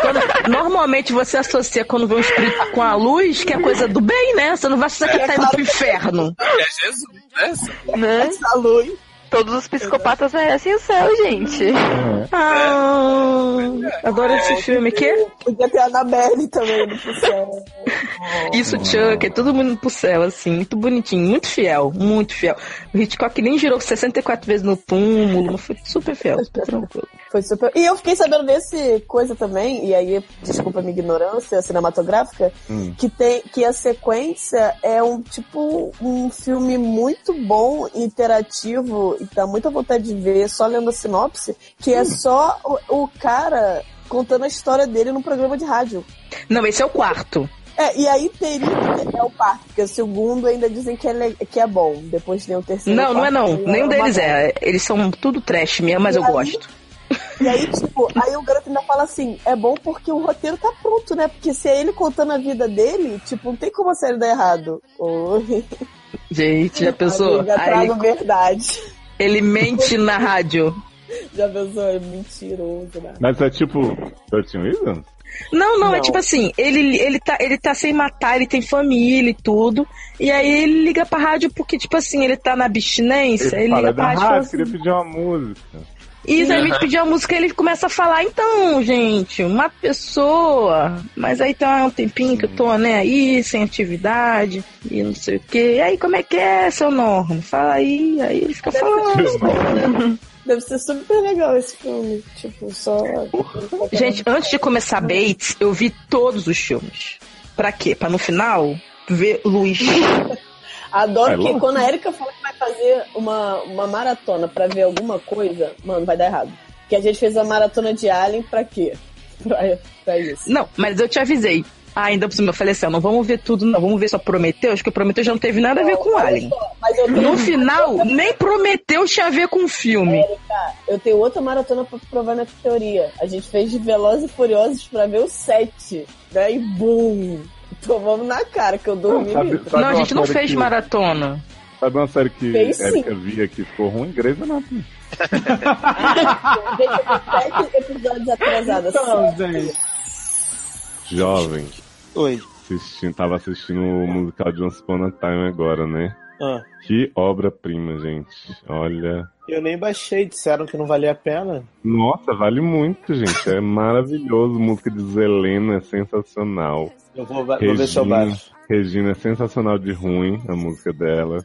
Speaker 4: quando- normalmente você associa quando vê um espírito com a luz, que é coisa do bem, né? Você não vai associar que ele tá indo pro inferno.
Speaker 6: É Jesus, né?
Speaker 4: É
Speaker 8: Né?
Speaker 5: Essa luz.
Speaker 8: Todos os psicopatas merecem o céu, gente.
Speaker 4: Ah, É. adoro esse filme. Que?
Speaker 5: Podia ter a Anabelle também no céu.
Speaker 4: Isso, Chuck, é todo mundo indo pro céu, assim, muito bonitinho, muito fiel, muito fiel. O Hitchcock nem girou 64 vezes no túmulo, mas foi super fiel, super tranquilo.
Speaker 5: Foi super. E eu fiquei sabendo desse coisa também, e aí, desculpa a minha ignorância cinematográfica, que tem que a sequência é um tipo um filme muito bom, interativo, e dá muita vontade de ver só lendo a sinopse, que é só o, o cara contando a história dele num programa de rádio.
Speaker 4: Não, esse é o quarto.
Speaker 5: É, e aí teria que é o parque, porque o segundo ainda dizem que é, le- que é bom, depois tem o terceiro.
Speaker 4: Não, não é não, nenhum deles
Speaker 5: é.
Speaker 4: é. Eles são tudo trash mesmo, mas eu gosto.
Speaker 5: E aí, tipo, aí o garoto ainda fala assim, é bom porque o roteiro tá pronto, né? Porque se é ele contando a vida dele, tipo, não tem como a série dar errado. Oi.
Speaker 4: Gente, já pensou?
Speaker 5: Amiga,
Speaker 4: Aí
Speaker 5: trago verdade.
Speaker 4: Ele mente na rádio.
Speaker 5: Já pensou? É mentiroso, né?
Speaker 3: Mas é tipo 13 Reasons?
Speaker 7: Não, não, é
Speaker 13: Não.
Speaker 7: tipo assim, ele, ele, tá, ele tá sem matar, ele tem família e tudo. E aí ele liga pra rádio porque, tipo assim, ele tá na abstinência, ele,
Speaker 3: fala
Speaker 7: liga pra
Speaker 3: da
Speaker 7: rádio e fala
Speaker 3: rádio,
Speaker 7: assim,
Speaker 3: queria pedir uma música.
Speaker 7: Isso, aí ele
Speaker 3: Uhum.
Speaker 7: pediu a música e ele começa a falar, então, gente, uma pessoa, mas aí tá um tempinho que eu tô, né, aí, sem atividade, e não sei o quê. E aí, como é que é, seu Norma? Fala aí, aí ele fica falando.
Speaker 5: Deve ser super legal esse filme. Tipo, só. né?
Speaker 7: Gente, antes de começar Bates, eu vi todos os filmes. Pra quê? Pra no final ver luz.
Speaker 5: Adoro
Speaker 7: É
Speaker 5: que
Speaker 7: louco.
Speaker 5: quando a Erika fala que vai fazer uma, uma maratona pra ver alguma coisa, mano, vai dar errado. Que a gente fez a maratona de Alien pra quê? Pra, pra isso.
Speaker 7: Não, mas eu te avisei. Ainda por cima, eu falei assim, ó, não vamos ver tudo, não. Vamos ver só Prometeus, que o Prometeus já não teve nada a ver com o Alien.
Speaker 5: Mas eu tenho-
Speaker 7: No final, nem Prometeus tinha a ver com o filme.
Speaker 5: Erika, eu tenho outra maratona pra provar na teoria. A gente fez de Velozes e Furiosos pra ver o Né? 7. Daí, bum! Tomamos Então, na cara que eu dormi.
Speaker 3: Sabe- sabe uma série que- Sabe uma série que
Speaker 5: Fez sim.
Speaker 3: Erika via que ficou ruim? Grey's Anatomy.
Speaker 5: Sete episódios assim. atrasados.
Speaker 2: Então,
Speaker 5: só.
Speaker 2: gente.
Speaker 3: Jovem.
Speaker 9: Oi.
Speaker 3: Assistindo, tava assistindo o musical de Once Upon a Time agora, né?
Speaker 9: Ah,
Speaker 3: Que obra-prima, gente. Olha.
Speaker 9: eu nem baixei, disseram que não valia a pena.
Speaker 3: Nossa, vale muito, gente. É maravilhoso. Música de Zelena é sensacional.
Speaker 9: Eu vou, ba- vou ver se eu baixo.
Speaker 3: Regina é sensacional de ruim, a música dela.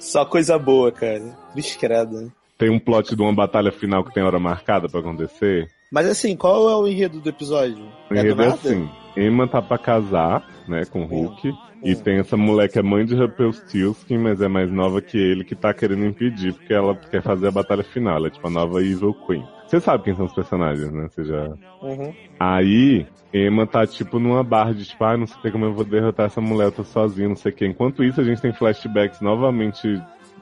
Speaker 9: Só coisa boa, cara. né? Biscreda.
Speaker 3: Tem um plot de uma batalha final que tem hora marcada pra acontecer.
Speaker 9: Mas assim, qual é o enredo do episódio? é do
Speaker 3: O enredo é
Speaker 9: nada?
Speaker 3: assim. Emma tá pra casar, né, com o Hulk. E tem essa mulher que é mãe de Rumpelstiltskin, mas é mais nova que ele, que tá querendo impedir, porque ela quer fazer a batalha final. Ela é tipo a nova Evil Queen. Você sabe quem são os personagens, né? Você já...
Speaker 9: Uhum.
Speaker 3: Aí, Emma tá tipo numa barra de tipo, ah, não sei como eu vou derrotar essa mulher, eu tô sozinha, não sei o quê. Enquanto isso, a gente tem flashbacks novamente,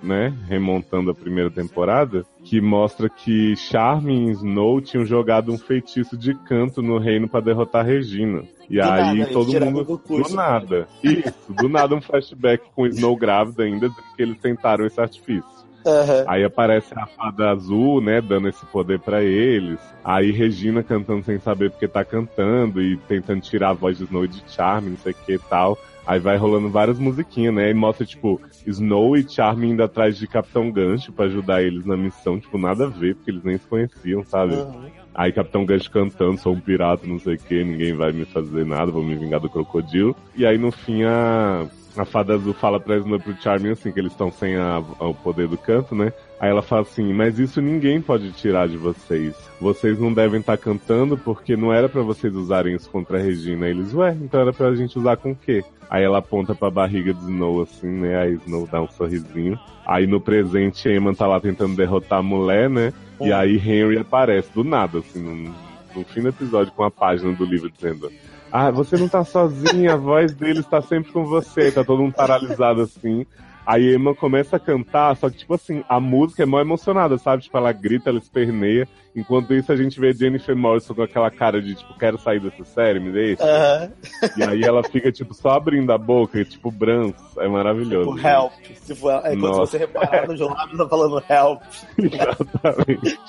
Speaker 3: né, remontando a primeira temporada, que mostra que Charmin e Snow tinham jogado um feitiço de canto no reino pra derrotar Regina. E
Speaker 9: Do nada,
Speaker 3: aí
Speaker 9: eles
Speaker 3: todo
Speaker 9: tiraram
Speaker 3: mundo.
Speaker 9: do
Speaker 3: Do,
Speaker 9: cu, isso.
Speaker 3: nada. Isso, do nada um flashback com Snow grávida ainda, dizendo que eles tentaram esse artifício.
Speaker 9: É.
Speaker 3: Aí aparece a fada azul, né, dando esse poder pra eles. Aí Regina cantando sem saber porque tá cantando e tentando tirar a voz de Snow e de Charming, não sei o que e tal. Aí vai rolando várias musiquinhas, né? E mostra, tipo, Snow e Charming indo atrás de Capitão Gancho pra ajudar eles na missão. Tipo, nada a ver, porque eles nem se conheciam, sabe?
Speaker 9: É.
Speaker 3: Aí Capitão Gancho cantando, sou um pirata, não sei o que, ninguém vai me fazer nada, vou me vingar do crocodilo. E aí no fim a, a Fada Azul fala pra Snow e pro Charming assim, que eles estão sem a- o poder do canto, né? Aí ela fala assim, mas isso ninguém pode tirar de vocês. Vocês não devem estar cantando porque não era pra vocês usarem isso contra a Regina. Aí eles, ué, então era pra gente usar com o quê? Aí ela aponta pra barriga de Snow assim, né? Aí Snow dá um sorrisinho. Aí no presente, Eamon tá lá tentando derrotar a mulher, né? E aí Henry aparece do nada, assim, no, no fim do episódio com a página do livro dizendo: Ah, você não tá sozinha, a voz dele está sempre com você. Aí Tá todo mundo paralisado assim. Aí Emma começa a cantar, só que, tipo assim, a música é mó emocionada, sabe? Tipo, ela grita, ela esperneia. Enquanto isso, a gente vê Jennifer Morrison com aquela cara de, tipo, quero sair dessa série, me deixa.
Speaker 9: Aham.
Speaker 3: E aí ela fica, tipo, só abrindo a boca, e, tipo, branco. É maravilhoso.
Speaker 9: Tipo, help. Tipo, é quando
Speaker 3: Nossa.
Speaker 9: você reparar no jornal, tá falando help.
Speaker 3: Exatamente.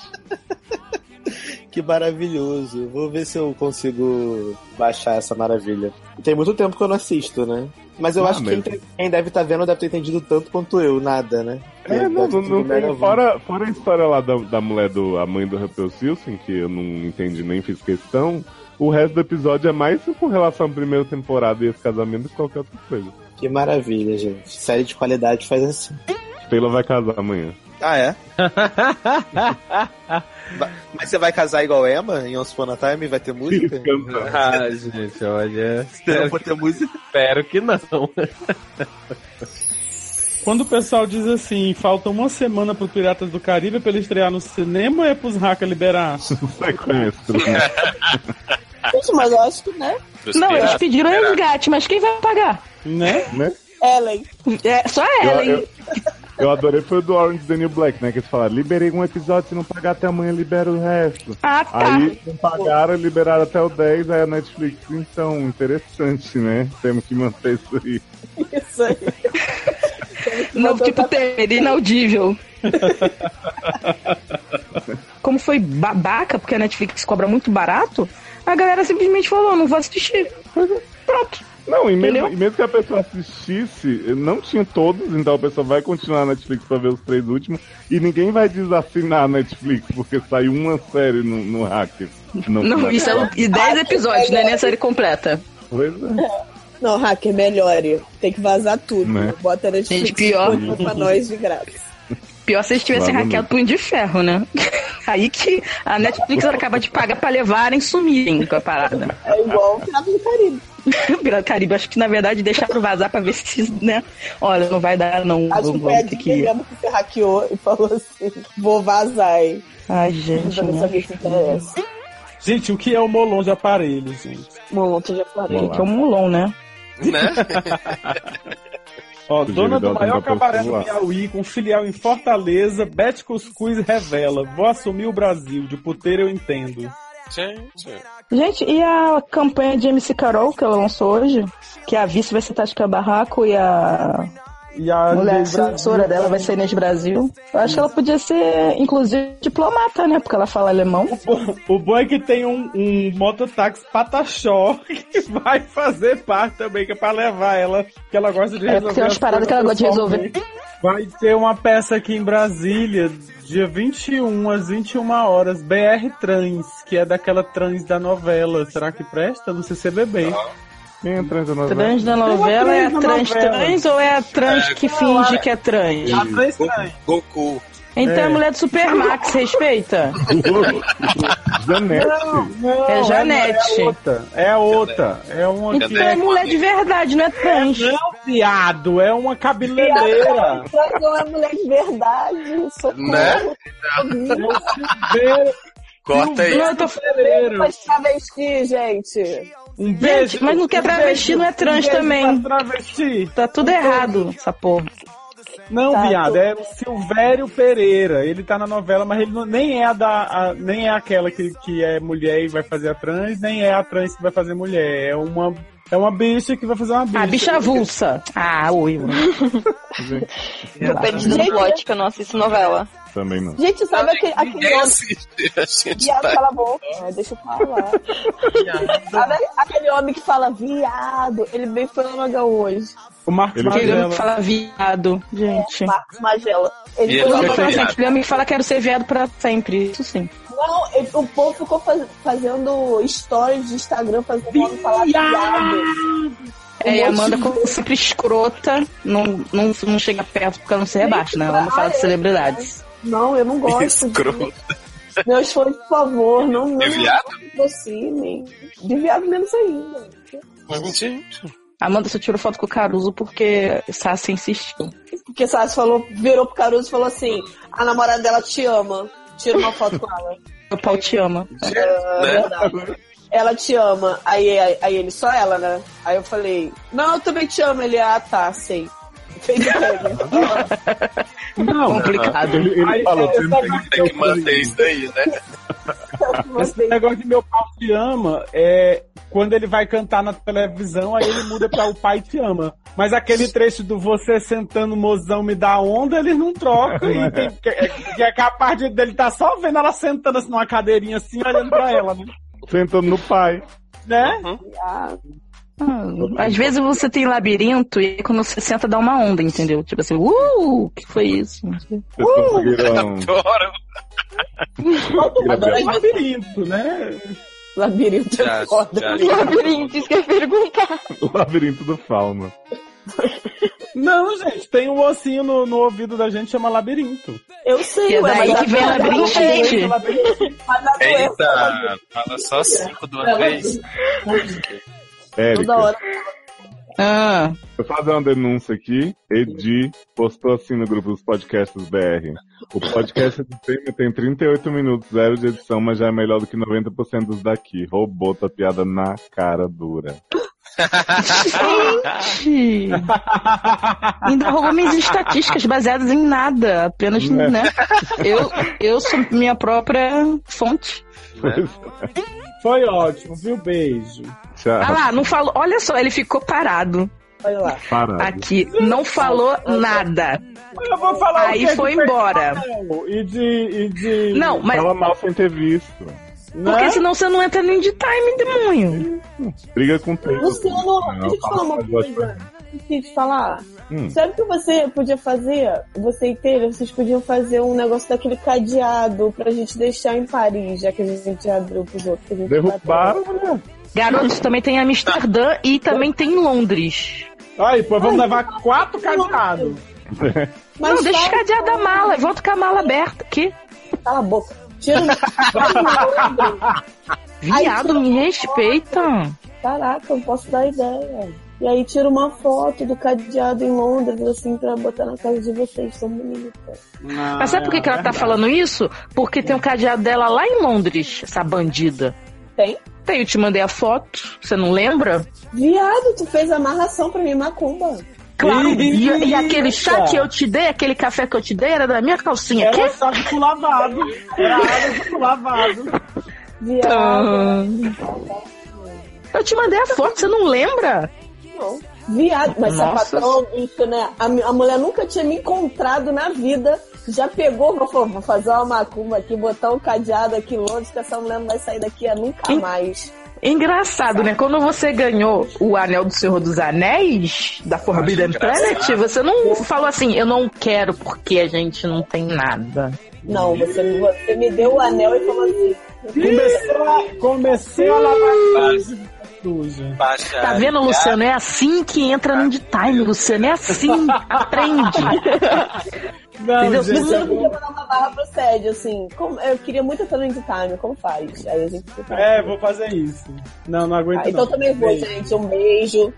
Speaker 9: que maravilhoso. Vou ver se eu consigo baixar essa maravilha. Tem muito tempo que eu não assisto, né? Mas eu
Speaker 3: Ah,
Speaker 9: acho
Speaker 3: mas-
Speaker 9: que quem, tem- quem deve estar vendo deve ter entendido tanto quanto eu, nada, né?
Speaker 3: É, não,
Speaker 9: Deve
Speaker 3: não,
Speaker 9: ter
Speaker 3: não
Speaker 9: sido mega
Speaker 3: tem, fora, fora a história lá da, da mulher do. A mãe do Rumpelstiltskin, que eu não entendi nem fiz questão. O resto do episódio é mais com relação à primeira temporada e esse casamento do que qualquer outra coisa.
Speaker 9: Que maravilha, gente. Série de qualidade faz assim.
Speaker 3: Taylor vai casar amanhã.
Speaker 9: Ah, é? Ba- Mas você vai casar igual Emma em Once Upon a Time? Vai ter música?
Speaker 10: Ah, gente, olha.
Speaker 9: Espero que,
Speaker 10: espero que não.
Speaker 2: Quando o pessoal diz assim, falta uma semana pro Piratas do Caribe pra ele estrear no cinema ou é pros Haka liberar?
Speaker 3: Sequestro.
Speaker 5: Gente, mas eu acho que, né?
Speaker 7: Não, eles
Speaker 3: É.
Speaker 7: pediram resgate, mas quem vai pagar?
Speaker 2: Né?
Speaker 3: né?
Speaker 5: Ellen.
Speaker 7: É, só a
Speaker 3: Eu-
Speaker 7: Ellen.
Speaker 3: eu- Eu adorei foi o do Orange is the New Black, né? Que eles falaram, liberei um episódio, se não pagar até amanhã, libera o resto.
Speaker 7: Ah, tá.
Speaker 3: Aí não pagaram, liberaram até o 10, aí a Netflix, então, interessante, né? Temos que manter isso aí.
Speaker 5: Isso aí.
Speaker 7: é Não, tipo, ter inaudível. como foi babaca, porque a Netflix cobra muito barato, a galera simplesmente falou, não vou assistir. Pronto.
Speaker 3: Não, e mesmo,
Speaker 7: Entendeu?
Speaker 3: e mesmo que a pessoa assistisse, não tinha todos, então a pessoa vai continuar na Netflix pra ver os três últimos e ninguém vai desassinar a Netflix porque saiu uma série no, no hacker.
Speaker 7: Não, isso é o- e 10 episódios, né? Nem a série completa.
Speaker 3: Pois é.
Speaker 5: Não, hacker, melhore. Tem que vazar tudo.
Speaker 3: Né?
Speaker 5: Bota a Netflix
Speaker 7: Gente, pior.
Speaker 5: e conta pra nós de graça.
Speaker 7: Pior se eles tivessem
Speaker 3: Claro,
Speaker 7: hackeado Punho de Ferro, né? Aí que a Netflix ela acaba de pagar pra levarem e sumirem com a parada.
Speaker 5: É igual o Pirata do Caribe.
Speaker 7: Pirata do Caribe, acho que na verdade deixaram vazar pra ver se, né? Olha, não vai dar não.
Speaker 5: Acho que é
Speaker 7: vamos-
Speaker 5: foi a
Speaker 7: vamos ter
Speaker 5: Disney
Speaker 7: que ir.
Speaker 5: mesmo que se hackeou e falou assim: vou vazar, hein?
Speaker 7: Ai, gente. né?
Speaker 5: Vamos ver se alguém se interessa.
Speaker 2: Gente, o que é o molon de aparelho, gente?
Speaker 7: Molon, tu já
Speaker 2: Molon.
Speaker 7: falei que é o Molon, né?
Speaker 2: Ó,
Speaker 3: Sugiro
Speaker 2: dona do
Speaker 3: dar
Speaker 2: maior
Speaker 3: tempo pra
Speaker 2: cabaré do
Speaker 3: celular.
Speaker 2: Piauí, com filial em Fortaleza, Beth Cuscuz revela: Vou assumir o Brasil, de puteiro eu entendo.
Speaker 6: Gente.
Speaker 7: Gente, e a campanha de MC Carol que ela lançou hoje? Que a vice vai ser Tática Barraco e a
Speaker 2: E a
Speaker 7: mulher
Speaker 2: Inês Brasil-
Speaker 7: assessora dela vai ser Inês Brasil. Eu acho que ela podia ser, inclusive, diplomata, né? Porque ela fala alemão.
Speaker 2: O bom é que tem um, um mototáxi pataxó que vai fazer parte também, que é pra levar ela, que ela gosta de
Speaker 7: É,
Speaker 2: resolver.
Speaker 7: tem umas
Speaker 2: as
Speaker 7: paradas
Speaker 2: coisas
Speaker 7: que ela gosta de
Speaker 2: pessoalmente. Vai ter uma peça aqui em Brasília, dia 21 às 21 horas, BR Trans, que é daquela trans da novela. Será que presta? No
Speaker 7: É
Speaker 2: CCBB.
Speaker 3: Quem é trans da novela?
Speaker 7: Trans da
Speaker 2: Tem
Speaker 7: novela
Speaker 2: uma
Speaker 7: é a
Speaker 2: trans na
Speaker 7: trans
Speaker 2: novela.
Speaker 7: trans ou é a trans que finge que é trans?
Speaker 2: A trans trans.
Speaker 9: Goku.
Speaker 7: Então é a mulher do Supermax, respeita.
Speaker 3: Janete.
Speaker 2: Não,
Speaker 7: É
Speaker 2: não,
Speaker 7: Janete.
Speaker 2: É a outra. É a outra. É uma que
Speaker 7: Então é
Speaker 2: é.
Speaker 7: mulher de verdade, não é trans.
Speaker 2: Não, viado, é uma cabeleireira.
Speaker 5: Mas não é mulher de verdade. Socorro.
Speaker 9: Né?
Speaker 2: Be-
Speaker 9: Corta aí.
Speaker 7: Não, eu tô
Speaker 2: É um Cabeleireiro.
Speaker 5: Mas travesti, gente.
Speaker 2: Um beijo.
Speaker 7: Gente, mas não quer
Speaker 2: um beijo,
Speaker 7: travesti, não é trans
Speaker 2: um beijo
Speaker 7: também.
Speaker 2: pra travesti.
Speaker 7: Tá tudo errado, essa porra.
Speaker 2: Não,
Speaker 5: Tá,
Speaker 2: viado,
Speaker 5: tô-
Speaker 2: é o Silvério Pereira. Ele tá na novela, mas ele não- nem é a da. a- nem é aquela que, que é mulher e vai fazer a trans, nem é a trans que vai fazer mulher. É uma. É uma bicha que vai fazer uma bicha.
Speaker 7: Ah, bicha avulsa. Ah, oi, mano.
Speaker 8: Tô perdida no plot que eu não assisto novela.
Speaker 3: Também não.
Speaker 5: Gente, sabe aquele, aquele
Speaker 6: Ninguém
Speaker 5: homem.
Speaker 6: assiste. A gente
Speaker 5: Viado,
Speaker 6: tá
Speaker 5: cala a boca. É, deixa eu falar. Sabe aquele homem que fala viado? Ele veio flamagão hoje.
Speaker 2: O Marcos
Speaker 3: Ele-
Speaker 7: Aquele homem
Speaker 2: Magela.
Speaker 7: é um que fala viado, gente.
Speaker 5: Marcos Magela. Ele
Speaker 6: E
Speaker 5: foi
Speaker 6: ele
Speaker 5: uma
Speaker 6: fica
Speaker 5: coisa-
Speaker 6: viado.
Speaker 7: Aquele homem um que fala quero ser viado pra sempre. Isso sim.
Speaker 5: Não, ele- o povo ficou faz- fazendo stories de Instagram fazendo o homem falar viado.
Speaker 7: É, e a Amanda, como sempre escrota, não, não, não chega perto porque ela não se rebaixa, né? Ela não fala de celebridades.
Speaker 5: Não, eu não gosto.
Speaker 9: escroto.
Speaker 5: Meus fãs, por favor, não me
Speaker 9: De viado?
Speaker 5: aproximem. De viado menos ainda.
Speaker 6: Gente.
Speaker 7: A Amanda só tirou foto com o Caruso porque Sassi insistiu.
Speaker 5: Porque Sassi falou, virou pro Caruso e falou assim: a namorada dela te ama. Tira uma foto com ela.
Speaker 7: Meu pau te ama.
Speaker 5: É verdade. Ela te ama. Aí, aí, aí ele, só ela, né? Aí eu falei, não, eu também te amo. Ele, ah, tá, sei. Fez o prêmio.
Speaker 2: Não,
Speaker 7: Complicado.
Speaker 3: Ele, ele
Speaker 2: Aí,
Speaker 3: falou,
Speaker 2: é,
Speaker 3: sempre
Speaker 2: sabe-
Speaker 3: tem que ter
Speaker 9: Tem
Speaker 3: o
Speaker 9: que manter isso daí, né?
Speaker 2: Esse negócio de meu pau te ama é quando ele vai cantar na televisão, aí ele muda pra o pai te ama. Mas aquele trecho do você sentando mozão me dá onda, eles não trocam. E tem, que, é, que é capaz de- dele tá só vendo ela sentando assim numa cadeirinha assim, olhando pra ela, né?
Speaker 3: sentando no pai.
Speaker 2: né?
Speaker 7: Ah, às vezes você tem labirinto e aí quando você senta dá uma onda, entendeu? Tipo assim, uh, o que foi isso?
Speaker 3: Vocês
Speaker 7: Uh!
Speaker 3: conseguiram.
Speaker 9: Adoro.
Speaker 2: Agora é labirinto, né?
Speaker 5: Labirinto é
Speaker 9: Já,
Speaker 5: foda.
Speaker 9: já, já.
Speaker 8: Labirinto, isso que eu ia perguntar.
Speaker 3: O labirinto do fauna.
Speaker 2: Não, gente, tem um ossinho no, no ouvido da gente chama labirinto.
Speaker 5: Eu sei,
Speaker 7: E é
Speaker 5: ué,
Speaker 7: daí
Speaker 5: mas
Speaker 7: que vem a labirintite.
Speaker 5: mas na doença,
Speaker 9: Eita, fala
Speaker 6: Tá
Speaker 9: só cinco de uma vez.
Speaker 5: toda
Speaker 3: Érica,
Speaker 5: hora.
Speaker 7: Ah,
Speaker 3: vou fazer uma denúncia aqui. Edi postou assim no grupo dos podcasts BR. O podcast do Prêmio tem 38 minutos, zero de edição, mas já é melhor do que 90% dos daqui. Roubou tua piada na cara dura.
Speaker 7: gente! Ainda roubou minhas estatísticas baseadas em nada, apenas,
Speaker 3: Né?
Speaker 7: né? Eu, eu sou minha própria fonte.
Speaker 2: Foi ótimo, viu? Beijo.
Speaker 3: Tchau.
Speaker 7: Ah lá, não falou. Olha só, ele ficou parado.
Speaker 5: Olha lá.
Speaker 3: Parado.
Speaker 7: Aqui, não falou nada.
Speaker 2: Eu vou falar o
Speaker 7: Aí
Speaker 2: que é
Speaker 7: foi
Speaker 2: que fez
Speaker 7: embora.
Speaker 2: mal E de, e de. né?
Speaker 7: Não, mas-
Speaker 3: Fala mal sem ter visto.
Speaker 7: Porque senão você não entra nem de time, demônio.
Speaker 3: Briga com o texto.
Speaker 5: Luciano,
Speaker 3: Não,
Speaker 5: deixa eu te falar uma
Speaker 3: fala-
Speaker 5: coisa. Deixa eu te falar.
Speaker 3: Hum.
Speaker 5: Sabe o que você podia fazer? Você e Taylor, vocês podiam fazer um negócio daquele cadeado pra gente deixar em Paris, já que a gente abriu pros outros. que a gente tá
Speaker 3: Derrubaram, né?
Speaker 7: Garotos, também tem Amsterdã e também tem Londres.
Speaker 2: Aí, pô, vamos levar quatro cadeados.
Speaker 5: Mas
Speaker 7: não, deixa
Speaker 5: fala-
Speaker 7: o cadeado da mala. Volta com a mala aberta aqui.
Speaker 5: Cala a boca. Tira um-
Speaker 7: Viado, me respeita.
Speaker 5: Caraca, eu posso dar ideia. E aí tira uma foto do cadeado em Londres, assim, pra botar na casa de vocês, tão bonita.
Speaker 7: Mas sabe por que, que ela tá falando isso? Porque tem um cadeado dela lá em Londres, essa bandida.
Speaker 5: Tem?
Speaker 7: Tem, eu te mandei a foto, você não lembra?
Speaker 5: Viado, tu fez amarração pra mim, macumba.
Speaker 7: Claro, e,
Speaker 2: Eita!
Speaker 7: e aquele chá que eu te dei, aquele café que eu te dei, era da minha calcinha.
Speaker 2: Ela
Speaker 7: Quê?
Speaker 2: sabe com lavado. É a área de com lavado.
Speaker 7: Ah.
Speaker 5: Viado.
Speaker 7: Eu te mandei a foto, você não lembra?
Speaker 5: Não. Viado, mas
Speaker 7: Nossa.
Speaker 5: sapatão, bicho, né? A, mi- a mulher nunca tinha me encontrado na vida. Já pegou, falou, vou fazer uma macumba aqui, botar um cadeado aqui em Londres, que essa mulher não vai sair daqui é nunca mais.
Speaker 7: Engraçado, né? Quando você ganhou o Anel do Senhor dos Anéis, da Forbidden Planet, você não falou assim, eu não quero porque a gente não tem nada.
Speaker 5: Não, você, você me deu o anel e falou assim.
Speaker 2: Começou a, comecei a lavagem suja.
Speaker 6: Baixa.
Speaker 7: Tá vendo, Luciano? É assim que entra no de time, Luciano. É assim. Aprende.
Speaker 2: Não,
Speaker 7: Entendeu?
Speaker 5: Mas
Speaker 2: gente,
Speaker 5: você não
Speaker 2: eu-
Speaker 5: podia mandar uma barra pro Sede, assim. como- eu queria muito estar no Indie Time, como faz? Aí a gente fica- assim,
Speaker 2: é, vou fazer isso. Não, não aguento
Speaker 5: Ah, então
Speaker 2: não.
Speaker 5: também vou,
Speaker 2: Beijo, Ah.
Speaker 5: gente. Um beijo.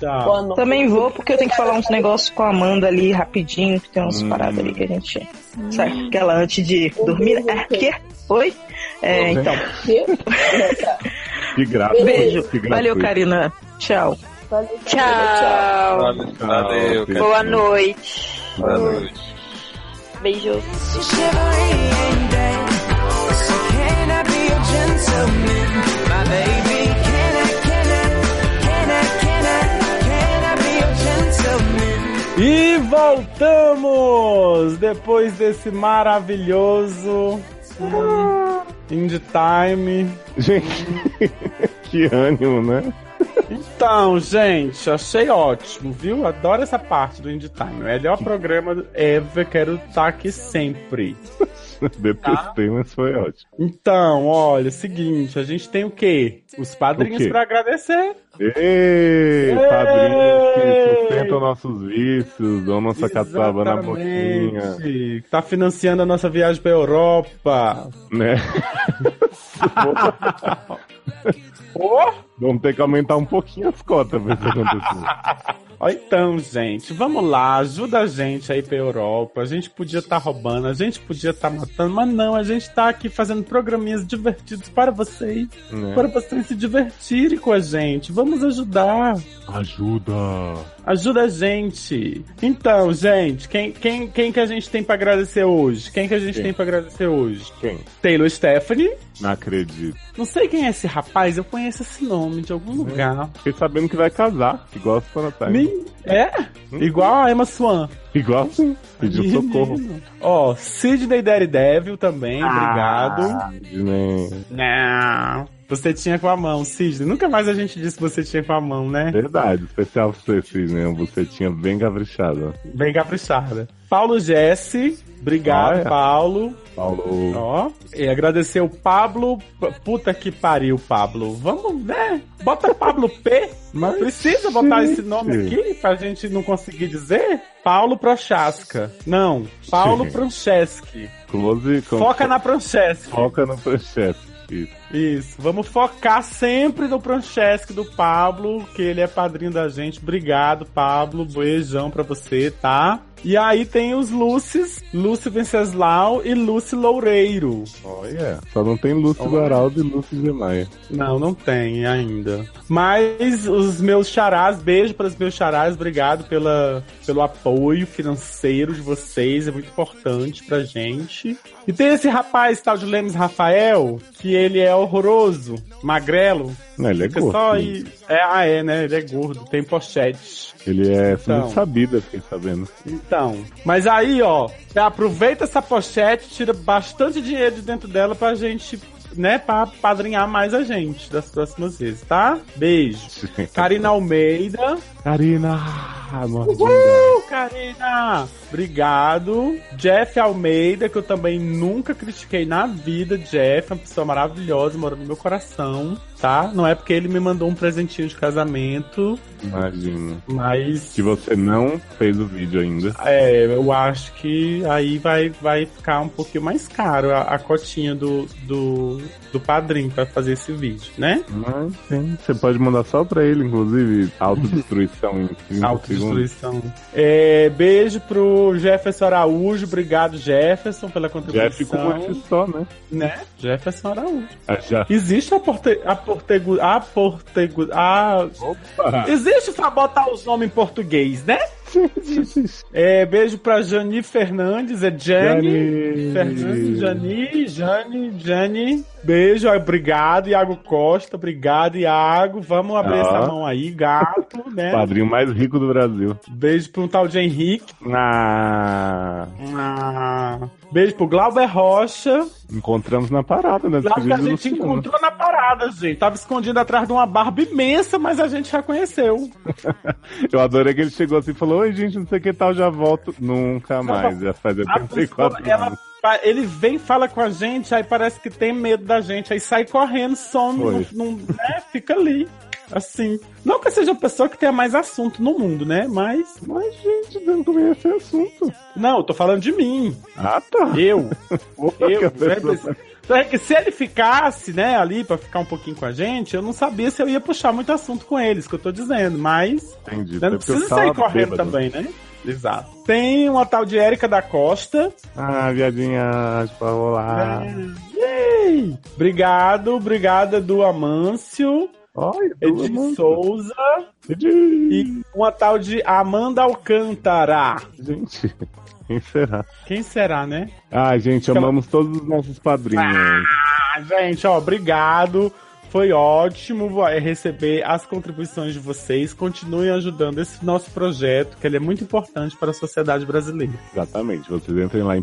Speaker 5: Boa
Speaker 2: Tchau.
Speaker 5: noite.
Speaker 7: Também vou, porque eu tenho que falar uns negócios com a Amanda ali rapidinho, que tem umas paradas ali que a gente. Sabe? Aquela antes de dormir. É, quê? Oi?
Speaker 3: Uhum.
Speaker 7: É, então.
Speaker 3: Que graça.
Speaker 7: Beijo.
Speaker 3: Que graça.
Speaker 7: Valeu, Karina. Tchau.
Speaker 8: Tchau.
Speaker 6: Valeu, valeu, cara.
Speaker 8: Boa noite.
Speaker 6: Boa noite.
Speaker 8: Beijos.
Speaker 1: Can I be a gentleman, my baby? Can I, can I, can I, can I, can I be a gentleman?
Speaker 2: E voltamos! Depois desse maravilhoso.
Speaker 5: Ah.
Speaker 2: Indie Time.
Speaker 3: Gente, que ânimo, né?
Speaker 2: Então, gente, achei ótimo, viu? Adoro essa parte do Indie Time. Melhor programa do ever, quero estar aqui sempre.
Speaker 3: Detestei, mas foi ótimo.
Speaker 2: Então, olha, seguinte, a gente tem o quê? Os padrinhos
Speaker 3: O quê?
Speaker 2: pra agradecer.
Speaker 3: Ei, padrinhos que
Speaker 2: Ei!
Speaker 3: sustentam nossos vícios, dão nossa caçaba na boquinha,
Speaker 2: Exatamente. Tá financiando a nossa viagem pra Europa.
Speaker 3: né?
Speaker 2: Ó,
Speaker 3: Vamos ter que aumentar um pouquinho as cotas pra isso acontecer.
Speaker 2: Ó, Então, gente, vamos lá, ajuda a gente aí pra Europa. A gente podia estar roubando, a gente podia estar matando, mas não, a gente tá aqui fazendo programinhas divertidos para vocês,
Speaker 3: Né?
Speaker 2: É. para vocês se divertirem com a gente. Vamos ajudar.
Speaker 3: Ajuda!
Speaker 2: Ajuda a gente. Então, gente, quem, quem, quem que a gente tem pra agradecer hoje? Quem que a gente
Speaker 3: Quem?
Speaker 2: tem pra agradecer hoje?
Speaker 3: Quem?
Speaker 2: Taylor Stephanie.
Speaker 3: Não acredito.
Speaker 2: Não sei quem é esse rapaz, eu conheço esse nome de
Speaker 3: Hum.
Speaker 2: algum lugar.
Speaker 3: Fiquei sabendo que vai casar, que gosta né, do Natal.
Speaker 2: Me- É? Igual a Emma Swan.
Speaker 3: Igual assim, Hum. pediu
Speaker 2: Menino.
Speaker 3: socorro.
Speaker 2: Ó, Sidney Daredevil também, obrigado.
Speaker 3: Né?
Speaker 2: Não. Você tinha com a mão, Sidney. Nunca mais a gente disse que você tinha com a mão, né?
Speaker 3: Verdade, especial pra você, Cisne. Você tinha bem caprichado.
Speaker 2: Bem caprichada. Paulo Jesse, obrigado,
Speaker 3: Olha.
Speaker 2: Paulo.
Speaker 3: Paulo.
Speaker 2: Ó, e agradecer o Pablo. P- Puta que pariu, Pablo. Vamos, né? Bota Pablo P. Mas precisa botar esse nome aqui pra gente não conseguir dizer? Paulo Prochaska. Não, Paulo
Speaker 3: Sim.
Speaker 2: Franceschi.
Speaker 3: Close. com-
Speaker 2: Foca na Franceschi.
Speaker 3: Foca no processo. Isso.
Speaker 2: Isso. Vamos focar sempre no Franceschi do Pablo, que ele é padrinho da gente. Obrigado, Pablo. Beijão pra você, tá? E aí tem os Lúcis, Lúcio Venceslau e Lúcio Loureiro.
Speaker 3: Olha. Só não tem Lúcio Baraldo e Lúcio de Maia.
Speaker 2: Não, não tem ainda. Mas os meus charás, beijo para os meus charás, obrigado pela, pelo apoio financeiro de vocês, é muito importante pra gente. E tem esse rapaz, tal de Lemes Rafael, que ele é horroroso, magrelo.
Speaker 3: Não, ele é
Speaker 2: Fica
Speaker 3: gordo.
Speaker 2: só aí. É, ah, é, né? Ele é gordo, tem pochete.
Speaker 3: Ele é
Speaker 2: Então.
Speaker 3: muito sabido, fiquei sabendo.
Speaker 2: Então, mas aí, ó, você aproveita essa pochete, tira bastante dinheiro de dentro dela pra gente, né, pra padrinhar mais a gente das próximas vezes, tá? Beijo. Karina Almeida.
Speaker 3: Karina!
Speaker 2: Uhul, Karina! Obrigado. Jeff Almeida, que eu também nunca critiquei na vida. Jeff, é uma pessoa maravilhosa, mora no meu coração, tá? Não é porque ele me mandou um presentinho de casamento,
Speaker 3: Imagino.
Speaker 2: mas
Speaker 3: Que você não fez o vídeo ainda.
Speaker 2: é, eu acho que aí vai, vai ficar um pouquinho mais caro a, a cotinha do, do, do padrinho pra fazer esse vídeo, né?
Speaker 3: Mas sim, você pode mandar só pra ele, inclusive, autodestruição em 30 segundos.
Speaker 2: Autodestruição. É, beijo pro Jefferson Araújo. Obrigado, Jefferson, pela contribuição.
Speaker 3: Jeff com F só, né?
Speaker 2: Né? Jefferson Araújo.
Speaker 3: Ah, Já.
Speaker 2: Existe a porte... A portegu... A portegu... A...
Speaker 3: Opa!
Speaker 2: Existe pra botar os nomes em português, né? É, beijo pra Jani Fernandes, é né? Jane. Fernandes, Jani, Jane, Jane. Beijo, obrigado, Iago Costa, obrigado, Iago. Vamos abrir
Speaker 3: Ó.
Speaker 2: essa mão aí, gato, né?
Speaker 3: Padrinho mais rico do Brasil.
Speaker 2: Beijo pra um tal de Henrique.
Speaker 3: Ah,
Speaker 2: Ah, Beijo pro Glauber Rocha.
Speaker 3: encontramos na parada, né?
Speaker 2: Lá que
Speaker 3: Esse
Speaker 2: a
Speaker 3: vídeo do
Speaker 2: gente
Speaker 3: cinema.
Speaker 2: encontrou na parada, gente. Tava escondido atrás de uma barba imensa, mas a gente reconheceu.
Speaker 3: Eu adorei que ele chegou assim e falou: Oi, gente, não sei o que tal, já volto. Nunca mais, já faz
Speaker 2: A
Speaker 3: 84
Speaker 2: pessoa, ela
Speaker 3: anos.
Speaker 2: fa- ele vem, fala com a gente, aí parece que tem medo da gente, aí sai correndo, some,
Speaker 3: Foi.
Speaker 2: não, não- né? fica ali. Assim. Não que eu seja a pessoa que tenha mais assunto no mundo, né? Mas.
Speaker 3: Mas, gente, não comer esse assunto.
Speaker 2: Não, eu tô falando de mim.
Speaker 3: Ah, tá.
Speaker 2: Eu.
Speaker 3: Que é
Speaker 2: Eu.
Speaker 3: a pessoa-
Speaker 2: né? Só é que se ele ficasse, né, ali pra ficar um pouquinho com a gente, eu não sabia se eu ia puxar muito assunto com eles, que eu tô dizendo, mas. Né,
Speaker 3: Entendi. Foi
Speaker 2: não
Speaker 3: É porque eu
Speaker 2: precisa
Speaker 3: tava
Speaker 2: sair correndo
Speaker 3: bêbado.
Speaker 2: também, né? Exato. Tem uma tal de Érica da Costa.
Speaker 3: Ah, viadinha, tipo, olá.
Speaker 2: É. Yay! Obrigado, obrigada do Amâncio,
Speaker 3: Olha, duas
Speaker 2: Edir
Speaker 3: mãos.
Speaker 2: Souza
Speaker 3: Edi.
Speaker 2: e uma tal de Amanda Alcântara.
Speaker 3: Gente, quem será?
Speaker 2: Quem será, né?
Speaker 3: Ah, gente, amamos todos os nossos padrinhos.
Speaker 2: Ah, gente, ó, obrigado. Foi ótimo vo- é, receber as contribuições de vocês. Continuem ajudando esse nosso projeto, que ele é muito importante para a sociedade brasileira.
Speaker 3: Exatamente. Vocês entrem lá em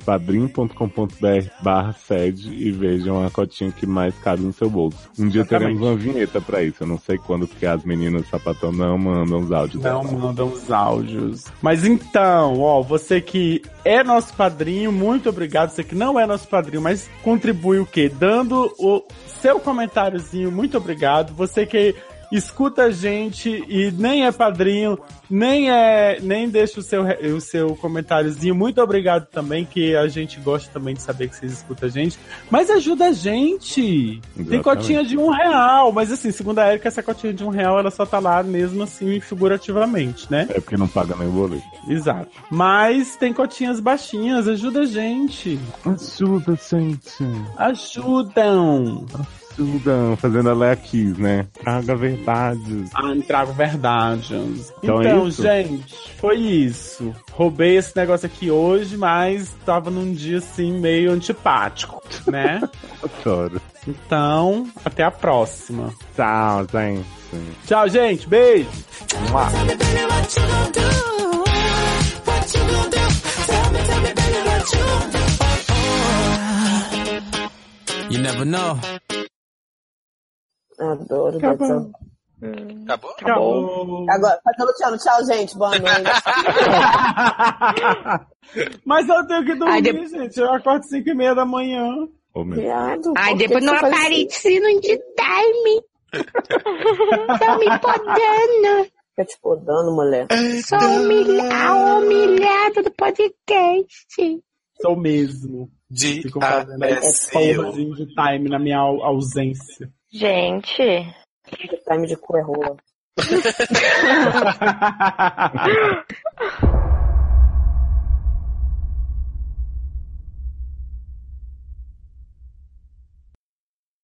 Speaker 3: padrim.com.br barra sede e vejam a cotinha que mais cabe no seu bolso. Um dia
Speaker 2: Exatamente.
Speaker 3: teremos uma vinheta pra isso. Eu não sei quando, porque as meninas do sapatão não mandam os áudios.
Speaker 2: Não
Speaker 3: dela.
Speaker 2: mandam os áudios. Mas então, ó, você que é nosso padrinho, muito obrigado. Você que não é nosso padrinho, mas contribui o quê? Dando o seu comentáriozinho, muito obrigado. Você que escuta a gente e nem é padrinho, nem é, nem deixa o seu re- o seu comentáriozinho. Muito obrigado também que a gente gosta também de saber que vocês escutam a gente, mas ajuda a gente. Tem
Speaker 3: Exatamente.
Speaker 2: cotinha de um real, mas assim, segundo a Erika, essa cotinha de um real ela só tá lá mesmo assim, figurativamente, né?
Speaker 3: É porque não paga nem o boleto.
Speaker 2: Exato. Mas tem cotinhas baixinhas, ajuda a gente.
Speaker 3: Ajuda, gente.
Speaker 2: Ajudam
Speaker 3: Ajuda. Fazendo a Lea Kiss, né? Traga verdades.
Speaker 2: a trago verdades. Então,
Speaker 3: Então é isso?
Speaker 2: gente, foi isso. Roubei esse negócio aqui hoje, mas tava num dia assim meio antipático, né?
Speaker 3: Adoro.
Speaker 2: então, até a próxima.
Speaker 3: Tchau, gente.
Speaker 2: Tchau, gente. Beijo.
Speaker 1: You never know.
Speaker 5: Adoro, Betão.
Speaker 9: Acabou?
Speaker 2: Acabou.
Speaker 5: Agora, Betão, te amo. Tchau, gente. Boa noite.
Speaker 2: Mas eu tenho que dormir,
Speaker 7: Aí de-
Speaker 2: gente. Eu acordo às 5 e meia da manhã.
Speaker 3: Ô, meu
Speaker 5: Viado,
Speaker 7: Ai,
Speaker 5: por que
Speaker 7: depois
Speaker 5: que
Speaker 7: não
Speaker 5: você faz assim? isso?
Speaker 7: aparece no de time. Estão me podando.
Speaker 5: Fica te podando, mulher.
Speaker 7: Sou humilha- a humilhada do podcast.
Speaker 2: Sou mesmo.
Speaker 6: De
Speaker 2: Ficam fazendo
Speaker 6: é
Speaker 2: essa
Speaker 6: ASU.
Speaker 2: porrazinho de time na minha au- ausência.
Speaker 8: Gente,
Speaker 5: Time de cu é rola.